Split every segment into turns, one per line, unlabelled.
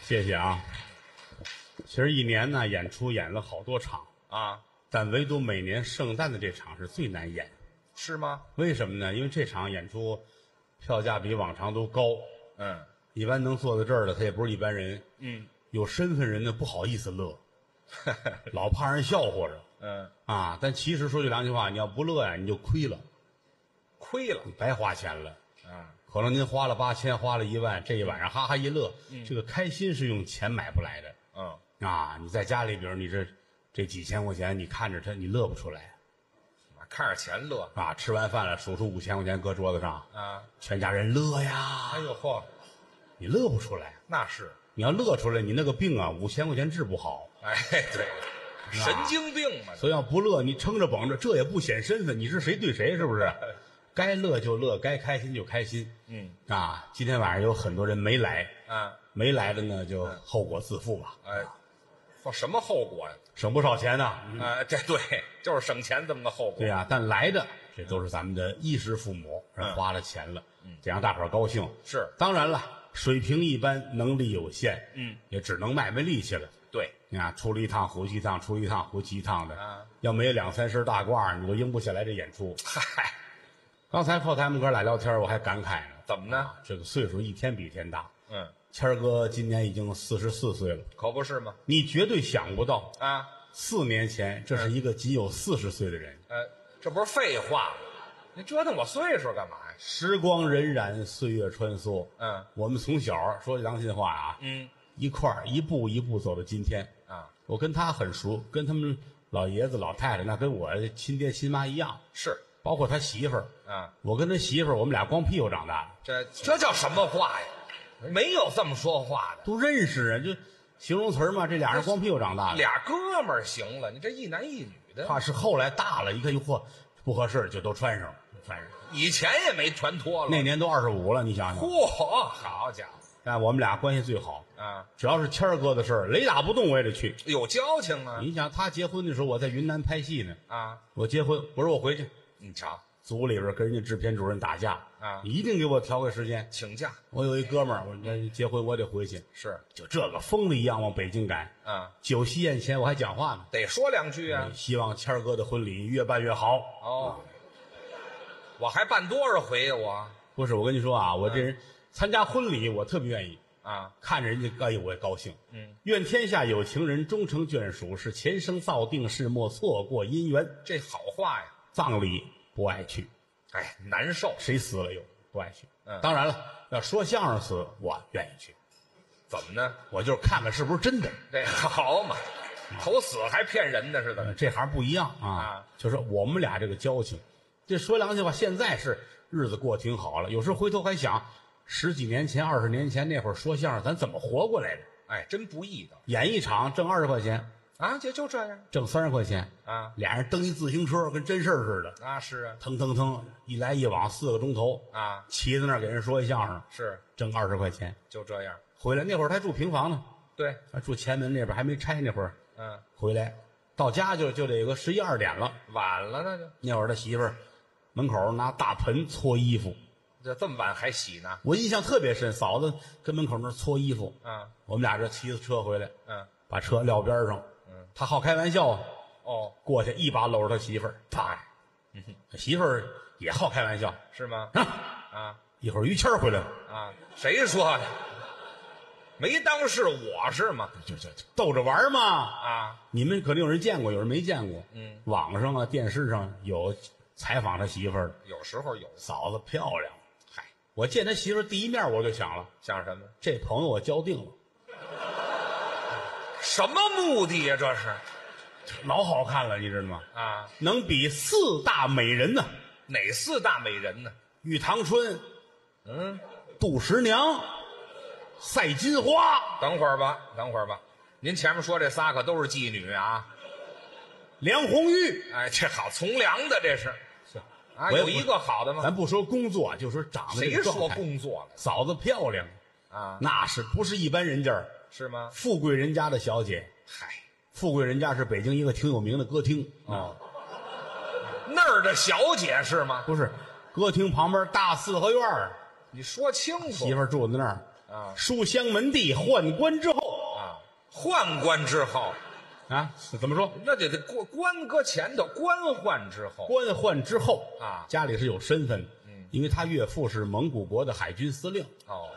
谢谢啊。其实一年呢，演出演了好多场，
啊，
但唯独每年圣诞的这场是最难演。
是吗？
为什么呢？因为这场演出票价比往常都高，
嗯
一般能坐在这儿的他也不是一般人，
嗯
有身份人呢不好意思 乐，老怕人笑话着
嗯，
啊。但其实说句良心话，你要不乐呀，你就亏了，
亏了
你白花钱了。
啊，
可能您花了八千，花了一万，这一晚上哈哈一乐，这个开心是用钱买不来的
嗯，
啊！你在家里，比如你这这几千块钱，你看着他，你乐不出来
看着钱乐
啊！吃完饭了，数出五千块钱搁桌子上，
啊，
全家人乐呀，
哎呦嚯，
你乐不出来。
那是，
你要乐出来，你那个病啊，五千块钱治不好。
哎 对，神经病嘛，
所以要不乐，你撑着绷着，这也不显身份，你是谁对谁是不是？该乐就乐，该开心就开心
嗯
啊！今天晚上有很多人没来，
啊，
没来的呢就后果自负吧，
哎，后什么后果呀？
省不少钱呢、
啊，这对，就是省钱这么个后果
对。呀、但来的这都是咱们的衣食父母，人
嗯
花了钱了，得让大伙儿高兴。
是，
当然了，水平一般，能力有限，
嗯，
也只能卖卖力气了。
对，
你看，出了一趟胡一趟，出一趟胡一趟的，
啊
要没两三身大褂儿，你都应不下来这演出。
嗨，
刚才后台们哥俩聊天，我还感慨呢，啊
怎么呢？
这个岁数一天比一天大。
嗯，
谦儿哥今年已经四十四岁了，
可不是吗？
你绝对想不到，
啊，
四年前这
嗯
是一个仅有四十岁的人。
呃，这不是废话吗？您折腾我岁数干嘛呀？
时光荏苒，岁月穿梭。
嗯
我们从小说句良心话啊，
嗯
一块儿一步一步走到今天。
啊，
我跟他很熟，跟他们老爷子老太太那跟我亲爹亲妈一样，
是
包括他媳妇儿。
啊，
我跟他媳妇儿，我们俩光屁股长大的，
这这叫什么话呀？没有这么说话的，
都认识啊，就形容词儿嘛。这俩人光屁股长大的，
俩哥们儿行了，你这一男一女的，
怕是后来大了，一看哟嚯，不合适，就都穿上了，就穿上了。
以前也没传脱了。
那年都二十五了，你想想，
嚯，好家伙
但我们俩关系最好。
啊，
只要是谦儿哥的事儿，雷打不动我也得去。
有交情啊
你想他结婚的时候，我在云南拍戏呢。
啊！
我结婚，我说我回去，
你瞧，
组里边跟人家制片主任打架
啊
你一定给我调个时间。
请假
我有一哥们儿，我说结婚我得回去，
是
就这个疯了一样往北京赶。
啊，
酒席宴前我还讲话呢，哎
得说两句啊。
希望谦儿哥的婚礼越办越好。
哦，我还办多少回呀？我
不是，我跟你说啊，我这人参加婚礼我特别愿意，
啊，
看着人家，哎呦我也高兴。
嗯，
愿天下有情人终成眷属，是前生造定，是莫错过姻缘。
这好话呀，
葬礼不爱去，
哎，难受，
谁死了又不爱去。
嗯
当然了，要说相声死我愿意去，
怎么呢？
我就是看看是不是真的。
这好嘛，头死还骗人呢是怎
呃
么？
这行不一样啊，
啊
就是我们俩这个交情，这说良心话，现在是日子过挺好了，有时候回头还想，十几年前、二十年前那会儿说相声，咱怎么活过来的？
哎，真不易的
演一场挣二十块钱，
啊，就就这样
挣三十块钱，
啊
俩人蹬一自行车，跟真事儿似的，
啊是啊
腾腾腾，一来一往四个钟头，
啊
骑在那儿给人说一相声，
是
挣二十块钱。
就这样，
回来那会儿他住平房呢，
对，
啊，住前门那边还没拆那会儿，
嗯、
回来到家就就得有个十一二点了。
晚了那就
那会儿他媳妇儿门口拿大盆搓衣服，
这这么晚还洗呢
我印象特别深。嫂子跟门口那儿搓衣服，
啊
我们俩这骑着车回来，
嗯、
把车撂边上。他好开玩笑啊，
哦
过去一把搂着他媳妇儿，啪！他媳妇儿也好开玩笑
是吗？
啊。
啊
一会儿于谦儿回来了，
啊，谁说的？没当是我是吗？
就就就逗着玩儿嘛。
啊，
你们可能有人见过，有人没见过。
嗯，
网上啊，电视上有采访他媳妇儿的，
有时候有，
嫂子漂亮。
嗨，
我见他媳妇儿第一面我就想了，
像什么
这朋友我交定了。
什么目的呀、这是
老好看了，你知道吗？
啊，
能比四大美人呢、
哪四大美人呢？
玉堂春、
嗯，
杜十娘、赛金花、
等会儿吧，等会儿吧。您前面说这仨可都是妓女啊！
梁红玉。
哎，这好从良的这是啊，
我也
有
不
一个好的吗？
咱不说工作，就说长得这
谁
个
说
状态
工作了
嫂子漂亮，
啊？
那是不是一般人家儿？
是吗？
富贵人家的小姐，
嗨，
富贵人家是北京一个挺有名的歌厅啊、
哦那儿的小姐是吗？
不是，歌厅旁边大四合院儿
你说清
媳
楚
妇儿住在那儿，
啊！
书香门第，宦官之后，
宦官之后，
啊，怎么说？
那就得官官搁前头，官宦之后。
官宦之后
啊
家里是有身份，嗯，因为他岳父是蒙古国的海军司令，
哦，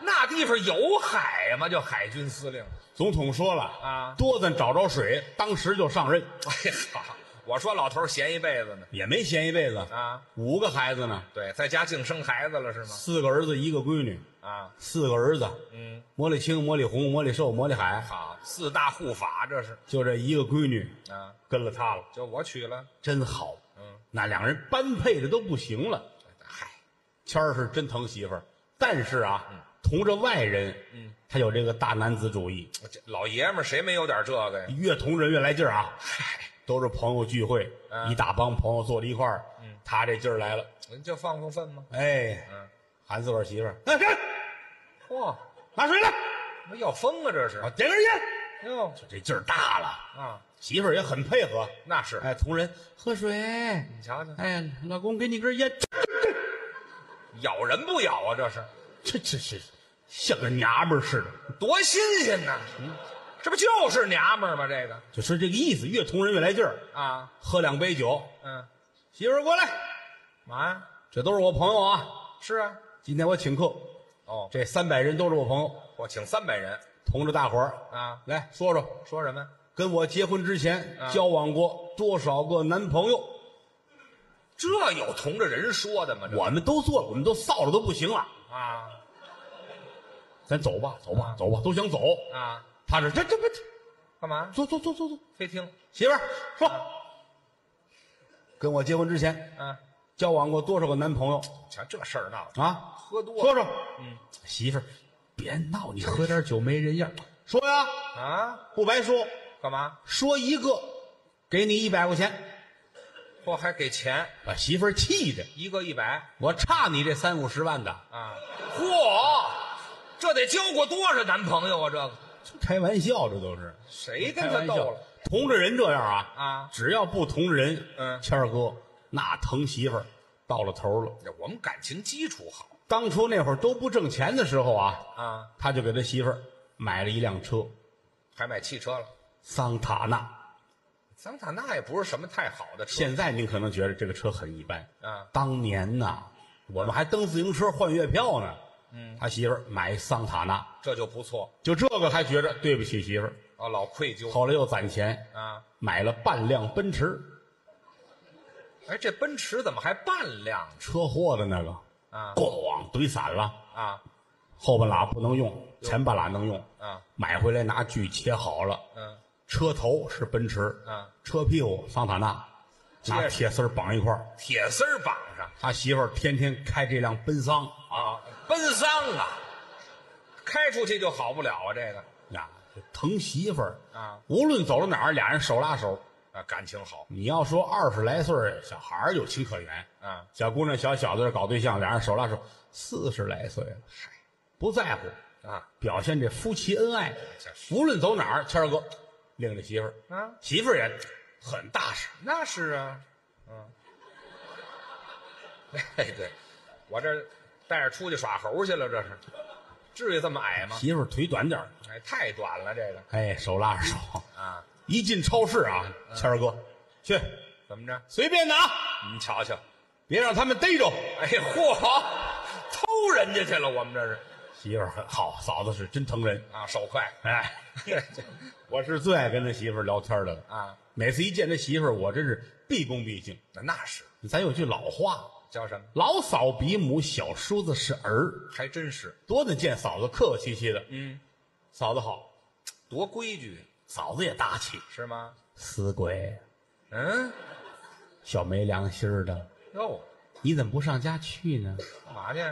那地方有海吗？就海军司令。
总统说了
啊
多咱找着水，当时就上任，
哎呀，我说老头儿闲一辈子呢。
也没闲一辈子
啊，
五个孩子呢，
对，在家净生孩子了是吗？
四个儿子一个闺女，
啊，
四个儿子，
嗯，
魔力青、魔力红、魔力寿、魔力海，
好，四大护法这是
就这一个闺女
啊，
跟了他了，
就我娶了。
真好。
嗯，
那两人般配的都不行了。
嗨，
谦儿是真疼媳妇儿，但是啊，同着外人，嗯，他有这个大男子主义，
这老爷们儿谁没有点这个呀？
越同人越来劲儿啊。都是朋友聚会，一大帮朋友坐在一块儿，他这劲儿来了。
您就放放粪吗？
哎，
嗯
喊自个儿媳妇儿，哎，谁
嚯，
拿水来，
那要疯啊这是
我！点根烟。
哟
这劲儿大了，
啊，
媳妇儿也很配合。
那是
哎，同人喝水，
你瞧瞧，
哎，老公给你根烟，
咬人不咬啊？这是
这这是像个娘们儿似的，
多新鲜呐！
嗯
这不就是娘们儿吗？这个
就说这个意思，越同人越来劲儿。
啊，
喝两杯酒，
嗯，
媳妇儿过来，
嘛呀？
这都是我朋友啊。
是啊，
今天我请客，
哦，
这三百人都是我朋友，
我请三百人
同着大伙儿
啊，
来说说，
说什么呀？
跟我结婚之前
啊
交往过多少个男朋友？
这有同着人说的吗？这
我们都做了，我们都臊了，都不行了，
啊
咱走吧，走吧
啊，
走吧，都想走。
啊，
他这这这不
干嘛？
走走走走走，
非听？
媳妇儿说，跟我结婚之前
啊，
交往过多少个男朋友
瞧这事儿闹的，
啊？
喝多
说
了
说，嗯，媳妇儿，别闹，你喝点酒没人样。说呀，
啊？
不白说，
干嘛？
说一个，给你一百块钱。
嚯，还给钱
把媳妇儿气的，
一个一百
我差你这三五十万的，
啊？嚯，这得交过多少男朋友啊？这个
开玩笑，这都是
谁跟
开
他
玩
斗
笑
了？。
同着人这样啊
啊
只要不同着人，
嗯
谦儿哥那疼媳妇儿到了头了。
我们感情基础好
当初那会儿都不挣钱的时候啊，
啊，
他就给他媳妇儿买了一辆车，
还买汽车了。
桑塔纳。
桑塔纳也不是什么太好的车
现在您可能觉得这个车很一般，
啊，
当年呐，我们还蹬自行车换月票呢。嗯，他媳妇儿买桑塔纳，
这就不错
就这个还觉着对不起媳妇儿。
啊，老愧疚
后来又攒钱，
啊。
买了半辆奔驰，
哎，这奔驰怎么还半辆呢
车祸的那个，
啊
咣怼散了，
啊
后半拉不能用，前半拉能用。
啊
买回来拿锯切好了，
嗯
车头是奔驰，
啊，
车屁股桑塔纳，
实
拿铁丝儿绑一块儿。
铁丝儿绑上
他媳妇儿天天开这辆奔桑
啊，奔丧啊，开出去就好不了啊，这个
啊，疼媳妇儿
啊，
无论走到哪儿，俩人手拉手。
啊感情好
你要说二十来岁儿小孩儿有情可原，
啊，
小姑娘小小子搞对象，俩人手拉手，四十来岁了，不在乎，
啊
表现这夫妻恩爱
这。是
无论走哪儿，谦儿哥领着媳妇儿，
啊，
媳妇儿也很大声。
那是啊，嗯， 哎对，我这带着出去耍猴去了，这是，至于这么矮吗？
媳妇儿腿短点儿，
哎，太短了这个
哎，手拉着手。
啊，嗯
一进超市啊，谦儿哥去
怎么着？
随便拿，
您瞧瞧，
别让他们逮着。
哎嚯，偷人家去了，我们这是
媳妇儿很好，嫂子是真疼人。
啊，手快，
哎， 我是最爱跟他媳妇儿聊天的了。
啊，
每次一见他媳妇儿，我真是毕恭毕敬。
那那是
咱有句老话，
叫什么？
老嫂比母，小叔子是儿。
还真是，
多得见嫂子客客气气的，
嗯，
嫂子好，
多规矩
嫂子也大气。
是吗？
死鬼，
嗯，
小没良心儿的，
哟，
你怎么不上家去呢？啊
干嘛去？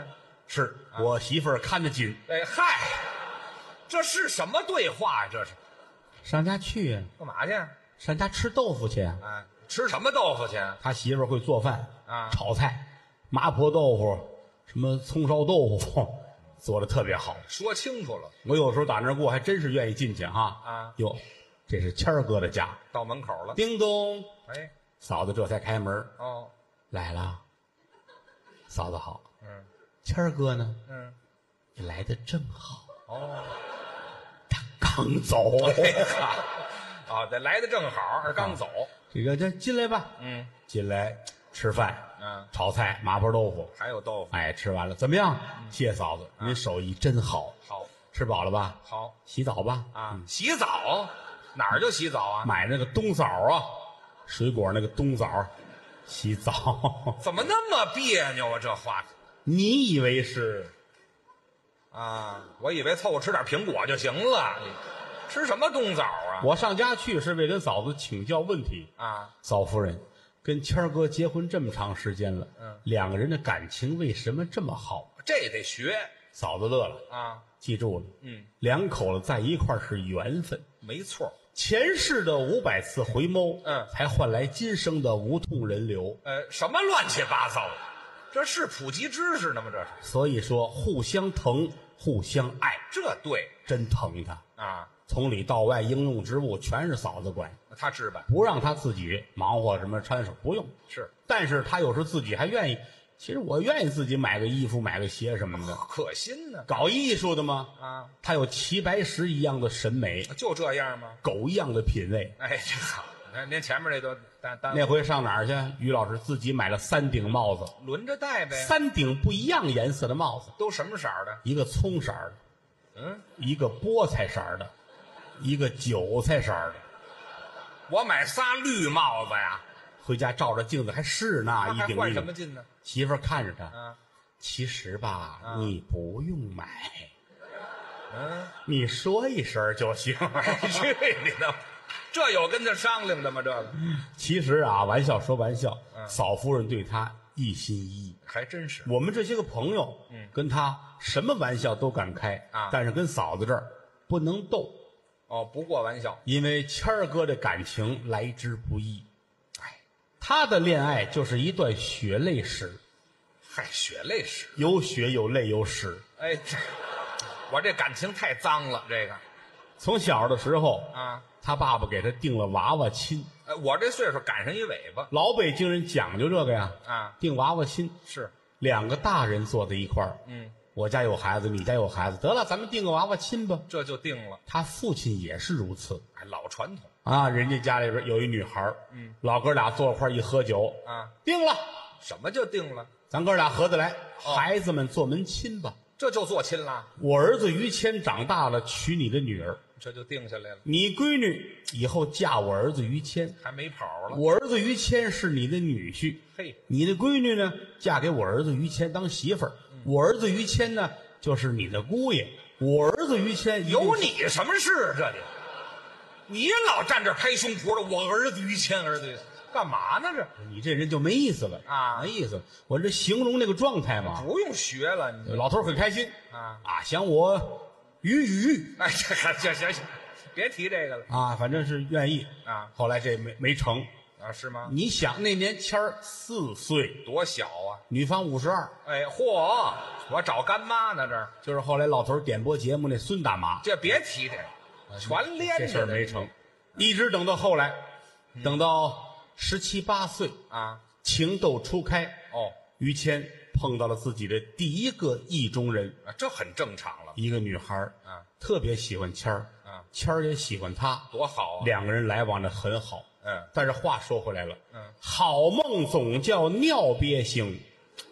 是我媳妇儿看得紧，
哎嗨，这是什么对话啊呀、这是
上家去呀、
干嘛去？
上家吃豆腐去啊。
啊，吃什么豆腐去？
他媳妇儿会做饭
啊
炒菜，麻婆豆腐，什么葱烧豆腐， 做的特别好。
说清楚了，
我有时候打那儿过，还真是愿意进去哈。
啊
哟，这是谦儿哥的家。
到门口了。
叮咚，
哎，
嫂子这才开门
哦，
来了。嫂子好，
嗯
谦儿哥呢？
嗯，
你来的正好，
哦，
蛋糕刚走，
啊，得来的正好，是刚走，
这个这进来吧，
嗯
进来吃饭，
嗯，
炒菜麻婆豆腐，
还有豆腐，
哎，吃完了怎么样？
嗯
谢嫂子，您手艺真好，
好，
吃饱了吧？
好
洗澡吧，
啊，洗澡哪儿就洗澡啊？
买那个冬枣啊，水果那个冬枣，洗澡。
怎么那么别扭啊？这话
你以为是
啊，我以为凑合吃点苹果就行了，你吃什么冬枣啊？
我上家去是为跟嫂子请教问题？
啊，
嫂夫人，跟谦儿哥结婚这么长时间了，
嗯，
两个人的感情为什么这么好？
这得学
嫂子乐了，
啊，
记住了，
嗯，
两口子在一块儿是缘分，
没错，
前世的五百次回眸，
嗯
才换来今生的无痛人流。
呃，什么乱七八糟的，这是普及知识呢吗？这是，哎
所以说，互相疼，互相爱，
这对
真疼他。
啊，
从里到外，应用之物全是嫂子管，
他置办
不让他自己忙活什么掺手，不用。
是
但是他有时候自己还愿意，其实我愿意自己买个衣服、买个鞋什么的。
可心呢
搞艺术的吗？
啊，
他有齐白石一样的审美，
就这样吗？
狗一样的品味。
哎，这好，您您前面这都单单
那回上哪儿去？于老师自己买了三顶帽子，
轮着戴呗，
三顶不一样颜色的帽子，
都什么色儿的？
一个葱色儿的，
嗯，
一个菠菜色儿的，一个韭菜色儿的。
我买仨绿帽子呀，
回家照着镜子还是那
那
一
还
顶
换
一
什么
顶。
劲呢？
媳妇儿看着他，
啊，
其实吧，
啊
你不用买，
嗯，哎
你说一声就行。
去你的！这有跟他商量的吗？这个
其实啊，玩笑说玩笑，
嗯
嫂夫人对他一心一意。
还真是
我们这些个朋友，
嗯
跟他什么玩笑都敢开
啊
但是跟嫂子这儿不能斗，
哦，不过玩笑，
因为谦儿哥的感情来之不易。哎，他的恋爱就是一段血泪史，
嗨，血泪史。
有血有泪有史。
哎，这我这感情太脏了，这个
从小的时候，
啊，
他爸爸给他定了娃娃亲，
哎，我这岁数赶上一尾巴
老北京人讲究这个呀，
啊，
定娃娃亲，
是，
两个大人坐在一块儿，
嗯，
我家有孩子，你家有孩子，得了，咱们定个娃娃亲吧。
这就定了，
他父亲也是如此。
哎，老传统
啊，人家家里边有一女孩嗯，老哥俩坐一块儿一喝酒，
啊，
定了，
什么就定了，
咱哥俩合得来，
哦
孩子们做门亲吧。
这就做亲啦，
我儿子于谦长大了，娶你的女儿，
这就定下来了，
你闺女以后嫁我儿子于谦，
还没跑了，
我儿子于谦是你的女婿，
嘿，
你的闺女呢嫁给我儿子于谦当媳妇儿，
嗯
我儿子于谦呢就是你的姑爷，我儿子于谦一定
有
是
你什么事啊？这里，你老站这儿拍胸脯的，我儿子于谦，儿子于谦干嘛呢？这
你这人就没意思了
啊
没意思了，我这形容那个状态嘛，
不用学了，你
呃老头儿很开心
啊
啊，想我鱼鱼
哎，这个行行行，别提这个了
啊，反正是愿意
啊。
后来这没没成。
啊，是吗？
你想那年谦儿四岁，
多小啊！
女方五十二，
哎，嚯，我找干妈呢，这儿
就是后来老头儿点播节目那孙大妈，
这别提这个，全连着
这
呢
事儿没成，一直等到后来，等到十七八岁，
啊。
情窦初开，
哦，
于谦碰到了自己的第一个意中人，
啊这很正常了
一个女孩儿
啊
特别喜欢谦儿，
啊，
谦儿也喜欢她，
多好啊！
两个人来往的很好。
嗯，
但是话说回来了，
嗯，
好梦总叫尿憋醒，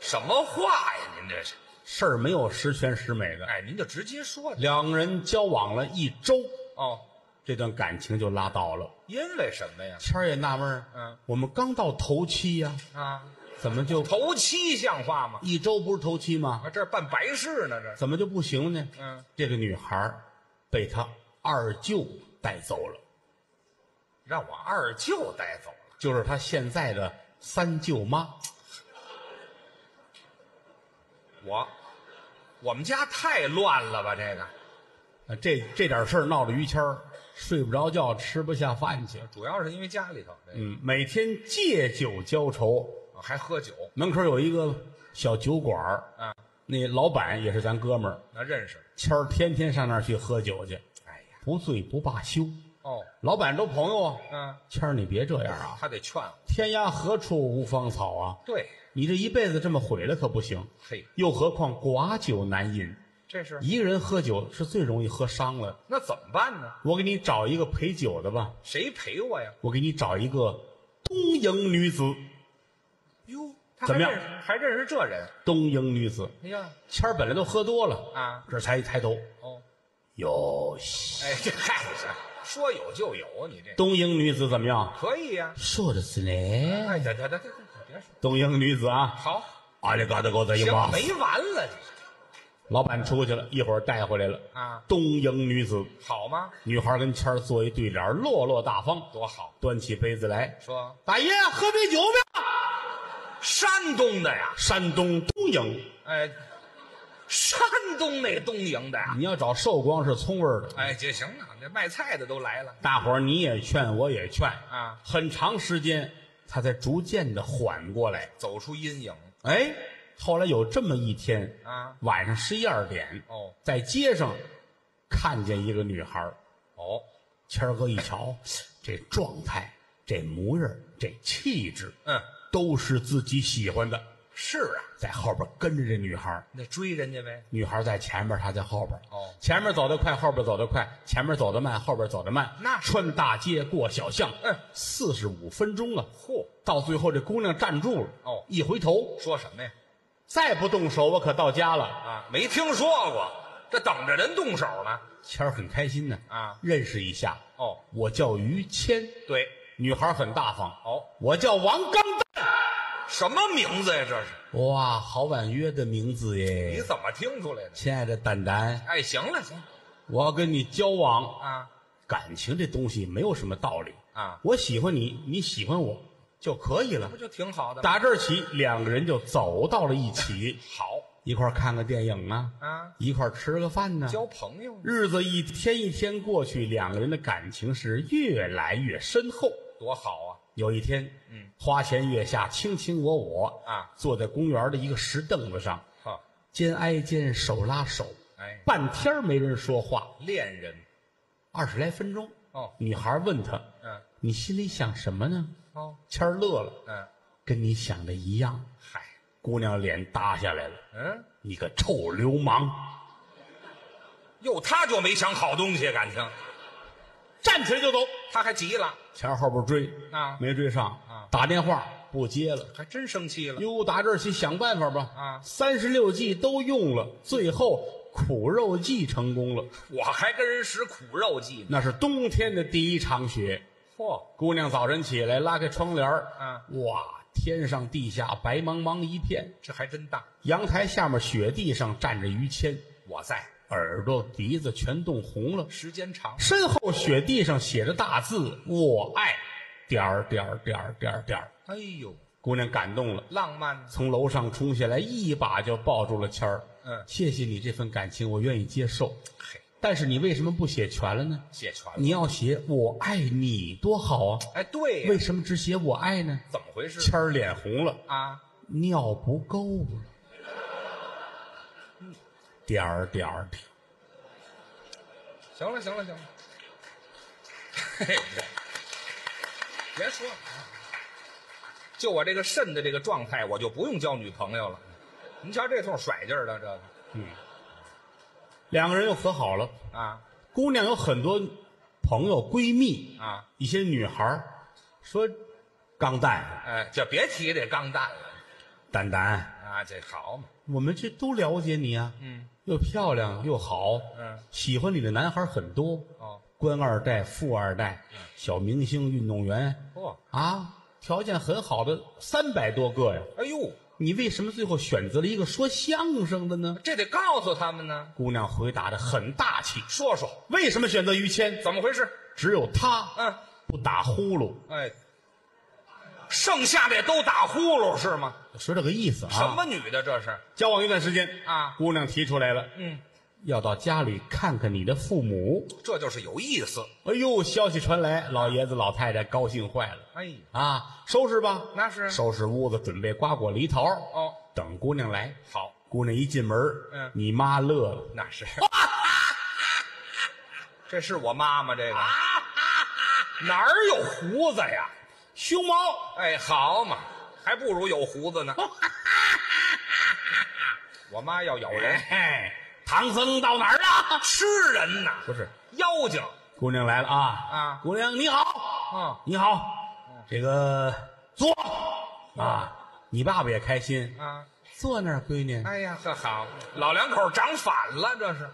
什么话呀？您这是？
事儿没有十全十美的。
哎，您就直接说去
两个人交往了一周，
哦。
这段感情就拉倒了。
因为什么呀？
谦儿也纳闷儿
嗯，
我们刚到头七呀、
啊，
怎么就
头七像话吗？
一周不是头七吗？
啊，这儿办白事呢，这是
怎么就不行了呢？
嗯，
这个女孩儿被他二舅带走了，
让我二舅带走了。
就是他现在的三舅妈。
我，我们家太乱了吧？这个
啊这这点事儿闹得于谦儿睡不着觉，吃不下饭去。
主要是因为家里头，这个
嗯，每天借酒浇愁。
啊还喝酒，
门口有一个小酒馆儿
啊，
那老板也是咱哥们儿，
那认识。
谦儿天天上那儿去喝酒去，
哎呀，
不醉不罢休。
哦，
老板都朋友啊，
嗯，
谦儿你别这样啊，
他得劝我。
天涯何处无芳草啊，
对，
你这一辈子这么毁了可不行。
嘿，
又何况寡酒难饮，
这是
一个人喝酒是最容易喝伤了。
那怎么办呢？
我给你找一个陪酒的吧，
谁陪我呀？
我给你找一个东营女子，
哟，他
怎
还
么样
认识还认识这人？
东营女子。
哎呀，
谦儿本来都喝多了
啊，
这才一抬头，
哦，
哟西，
哎，这嗨，这说有就有，啊你这
东营女子怎么样？
可以呀。
说的是呢，
哎呀，得得得，你别说，
东营女子啊，
好，
阿里嘎达给我一
行
吧。，
没完了，这
老板出去了，一会儿带回来了
啊
东营女子，
好吗？
女孩跟谦儿做一对联，落落大方，
多好，
端起杯子来，
说
大爷喝杯酒吧。
山东的呀，
山东东营，
哎，山东那东营的呀，
你要找寿光是葱味儿的。
哎，这行啊，那卖菜的都来了
大伙儿你也劝，我也劝
啊，
很长时间，他才逐渐的缓过来。
走出阴影
哎，后来有这么一天，
啊，
晚上十一二点，
哦
在街上看见一个女孩儿
哦，
谦儿哥一瞧，这状态、这模样、这气质，
嗯，
都是自己喜欢的，
是啊，
在后边跟着这女孩儿，
那追人家呗，
女孩儿在前边，他在后边。
哦
前面走得快，后边走得快；前面走得慢，后边走得慢。
那是
穿大街过小巷，
嗯
四十五分钟啊！
嚯，
到最后，这姑娘站住了，
哦
一回头，
说什么呀？
再不动手，我可到家了。
啊，没听说过，这等着人动手呢。
谦儿很开心呢，
啊
认识一下，
哦，
我叫于谦，
对，
女孩很大方。
哦，
我叫王刚蛋，
什么名字呀？这是？
哇，好婉约的名字
你
耶！
怎么听出来的？
亲爱的蛋蛋，
哎，行了行了
我要跟你交往，
啊
感情这东西没有什么道理，
啊，
我喜欢你，你喜欢我就可以了
不。就挺好的吗？
打这儿起，两个人就走到了一起，
好
一块儿看个电影啊，
啊，
一块儿吃个饭呢、
交朋友
日子一天一天过去，两个人的感情是越来越深厚。
多好啊！
有一天，
嗯，
花前月下，卿卿我我
啊，
坐在公园的一个石凳子上，
哈，
肩挨肩，手拉手，
哎，
半天儿没人说话，
恋人
二十来分钟。
哦，
女孩问他
嗯，：“
你心里想什么呢
哦，？”
谦儿乐了，
嗯，
跟你想的一样。
嗨，
姑娘脸耷下来了，
嗯，
你个臭流氓，
哟，他就没想好东西，感情
站起来就走。
他还急了，
前儿后边追
啊
没追上
啊
打电话不接了。
还真生气了。
哟，打这儿起想办法吧。
啊
三十六计都用了，最后苦肉计成功了。
我还跟人使苦肉计呢。
那是冬天的第一场雪，
嚯，
姑娘早晨起来拉开窗帘儿
啊，
哇，天上地下白茫茫一片，
这还真大。
阳台下面雪地上站着于谦，
我在，
耳朵鼻子全冻红了。
时间长，
身后雪地上写着大字“我爱”，点儿点儿点儿点儿点儿。
哎呦，
姑娘感动了，
浪漫
从楼上冲下来，一把就抱住了谦儿。
嗯
谢谢你这份感情，我愿意接受。
嘿，
但是你为什么不写全了呢？
写全了。
你要写“我爱你”多好啊！
哎，对呀
为什么只写“我爱”呢？
怎么回事
谦儿脸红了，
啊？
尿不够了，点儿点儿点儿。
行了，行了，行了。嘿对别说了，啊就我这个肾的这个状态，我就不用交女朋友了。您瞧这通甩劲儿的，这个
嗯两个人又和好了。
啊
姑娘有很多朋友、闺蜜，
啊，
一些女孩儿说：“钢蛋
哎，就别提这钢蛋了
蛋蛋，
啊，这好嘛，
我们这都了解你啊，
嗯
又漂亮又好，
嗯，
喜欢你的男孩很多，
哦，
官二代、富二代、
嗯
小明星、运动员
嚯，
啊，条件很好的三百多个呀。
哎呦，
你为什么最后选择了一个说相声的呢？”
这得告诉他们呢，
姑娘回答的很大气
说说：“
为什么选择于谦？
怎么回事？
只有他
嗯，
不打呼噜，
哎，剩下的都打呼噜是吗？
说这个意思啊。
什么女的这是？
交往一段时间
啊
姑娘提出来了，
嗯，
要到家里看看你的父母。
这就是有意思。
哎呦，消息传来，老爷子老太太高兴坏了
哎呀，
啊！收拾吧，
那是
收拾屋子，准备瓜果梨桃。
哦，
等姑娘来。
好，
姑娘一进门，
嗯
你妈乐了，
那 是。这是我妈妈， 这个哪儿有胡子呀？
胸毛
哎，好嘛，还 不如有胡子呢。我妈要咬人，
哎，唐僧到哪儿了？
吃人呐，
不是，
妖精
姑娘来了啊
啊
姑娘你好，
啊，
你好，这个坐啊，你爸爸也开心，
啊！
坐那儿，闺女。
哎呀，这好，老两口长反了，这是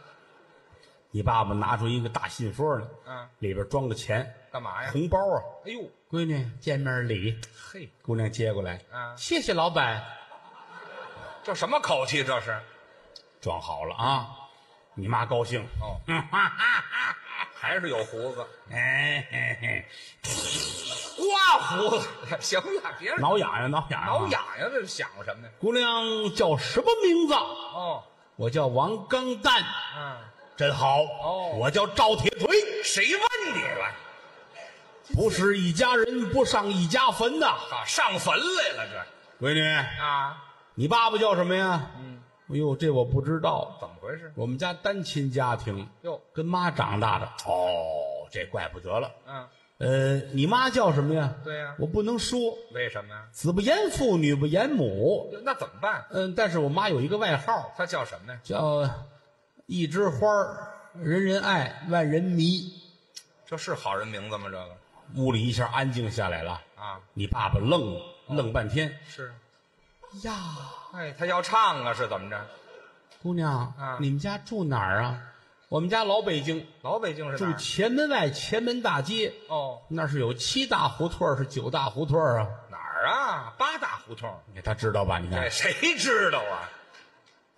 你爸爸拿出一个大信封来，
啊，
里边装着钱，
干嘛呀？
红包啊。
哎呦，
闺女见面礼，
嘿，
姑娘接过来，
啊
谢谢老板，
这什么口气？这是
装好了啊。你妈高兴，
哦，还是有胡子，
哎嘿嘿，
刮胡子，行了，别
挠痒痒，挠痒痒，
挠。痒痒，这是想什么呀？
姑娘叫什么名字？
哦，
我叫王刚蛋，
啊，
真好。
哦
我叫赵铁锤，
谁问你了？
不是一家人不上一家坟呐。
啊，上坟来了
闺女，
这啊？
你爸爸叫什么呀？
嗯，
哎呦，这我不知道。
怎么回事？
我们家单亲家庭，
哟，
跟妈长大的。哦，这怪不得了。
嗯，
呃，你妈叫什么呀？
对呀
我不能说，
为什么呀？
子不言父，女不言母。
那怎么办？
嗯，但是我妈有一个外号，
他叫什么呀？
叫一枝花儿，人人爱，万人迷。
这是好人名字吗？这个
屋里一下安静下来了，
啊，
你爸爸愣了，愣半天。
是，
呀，
哎，他要唱啊，是怎么着？
姑娘，
啊
你们家住哪儿啊？我们家老北京，
老北京是
住
哪儿？
前门外前门大街，
哦，
那是有七大胡同儿，是九大胡同儿啊。
哪儿啊？八大胡同。
他知道吧？你
这
看，
谁知道啊？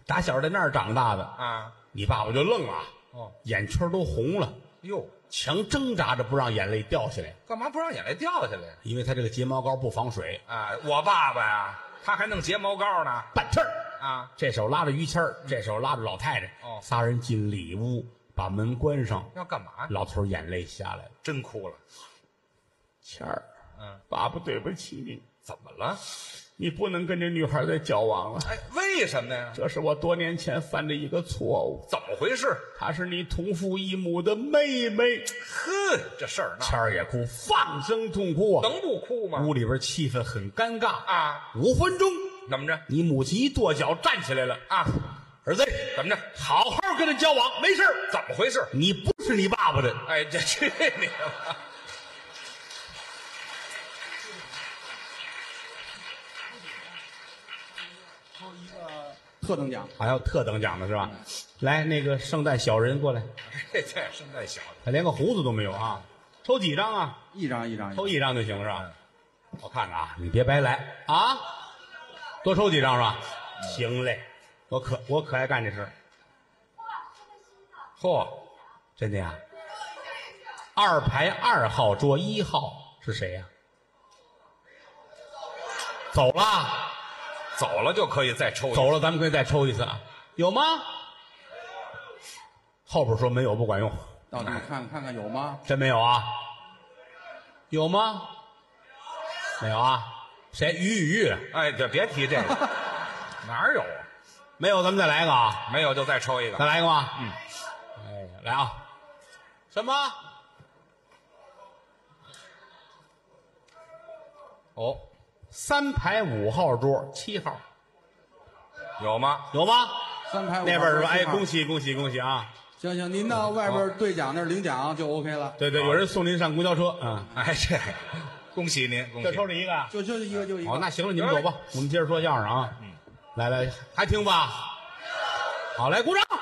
打小在那儿长大的，
啊，
你爸爸就愣了，
哦，
眼圈都红了，
哟，
强挣扎着不让眼泪掉下来，
干嘛不让眼泪掉下来
因为他这个睫毛膏不防水，
啊？我爸爸呀、他还弄睫毛膏呢。
半天儿。
啊，
这手拉着于谦儿，这手拉着老太太，
哦
仨人进里屋，把门关上，
要干嘛？
老头儿眼泪下来了。
真哭了。
谦儿，
嗯，
爸爸对不起你，
怎么了？
你不能跟这女孩再交往了，
哎，为什么呀？
这是我多年前犯的一个错误。
怎么回事？
她是你同父异母的妹妹。
啊呵，这事儿闹，
谦儿也哭，放声痛哭啊！
能不哭吗？
屋里边气氛很尴尬。
啊，
五分钟，
怎么着？
你母亲一跺脚站起来了，
啊，
儿子，
怎么着？
好好跟他交往，没事儿
怎么回事？
你不是你爸爸的。
哎，这去你的吧！
特等奖，
还要特等奖的是吧？来，那个圣诞小人过来，
这这声带小的，
他连个胡子都没有啊！抽几张啊？
一张一张一张
抽一张就行是吧？我看看啊，你别白来啊！多抽几张是吧？行嘞，我可我可爱干这事儿。嚯，真的呀！二排二号桌一号是谁呀、走了。
走了就可以再抽一
走了，咱们可以再抽一次啊，有吗？后边说没有不管用，
到那儿看看看有吗？
真没有啊？有吗？没有啊？谁？于雨玉
哎，这别提这个，哪儿有啊？
没有，咱们再来一个啊，
没有就再抽一
再
个。
来一个吧。嗯，哎呀，来啊！什么？
哦，
三排五号桌七号
有吗？
有吗？
三排五
那边是吧？哎，恭
喜！
喜恭喜恭喜啊！
行行，您到外边兑奖那儿领奖就 OK 了，
对对，有人送您上公交车啊。
哎，这恭喜您，恭
就
喜
抽这一个啊。
就就一个就一
好，
个。
那行了，你们走
哎
吧，我们接着说相声啊。嗯，来来，还听吧。好，来鼓掌。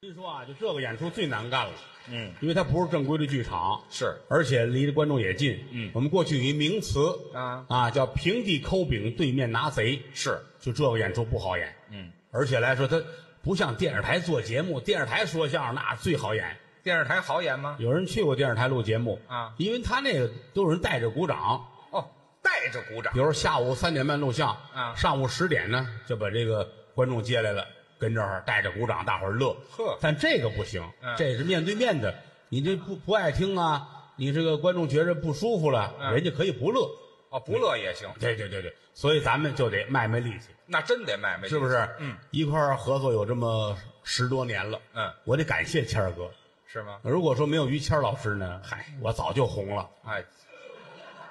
听说啊，就这个演出最难干了，
嗯，
因为它不是正规的剧场，
是
而且离着观众也近。嗯，我们过去有一名词
啊
啊，叫平地抠饼，对面拿贼。
是，
就这个演出不好演，
嗯，
而且来说它不像电视台做节目，电视台说相声那最好演。
电视台好演吗？
有人去过电视台录节目
啊
因为他那个都有人带着鼓掌。
哦，带着鼓掌
比如下午三点半录像，
啊
上午十点呢就把这个观众接来了，跟这儿带着鼓掌，大伙儿乐。
呵
但这个不行，
嗯
这是面对面的，你这不不爱听啊，你这个观众觉着不舒服了，
嗯
人家可以不乐。
哦，不乐也行，
对对对对，所以咱们就得卖卖力气，
那真得卖卖力，
是不是？
嗯，
一块儿合作有这么十多年了，
嗯，
我得感谢谦儿哥。
是吗？
如果说没有于谦儿老师呢，嗨，我早就红了。
哎，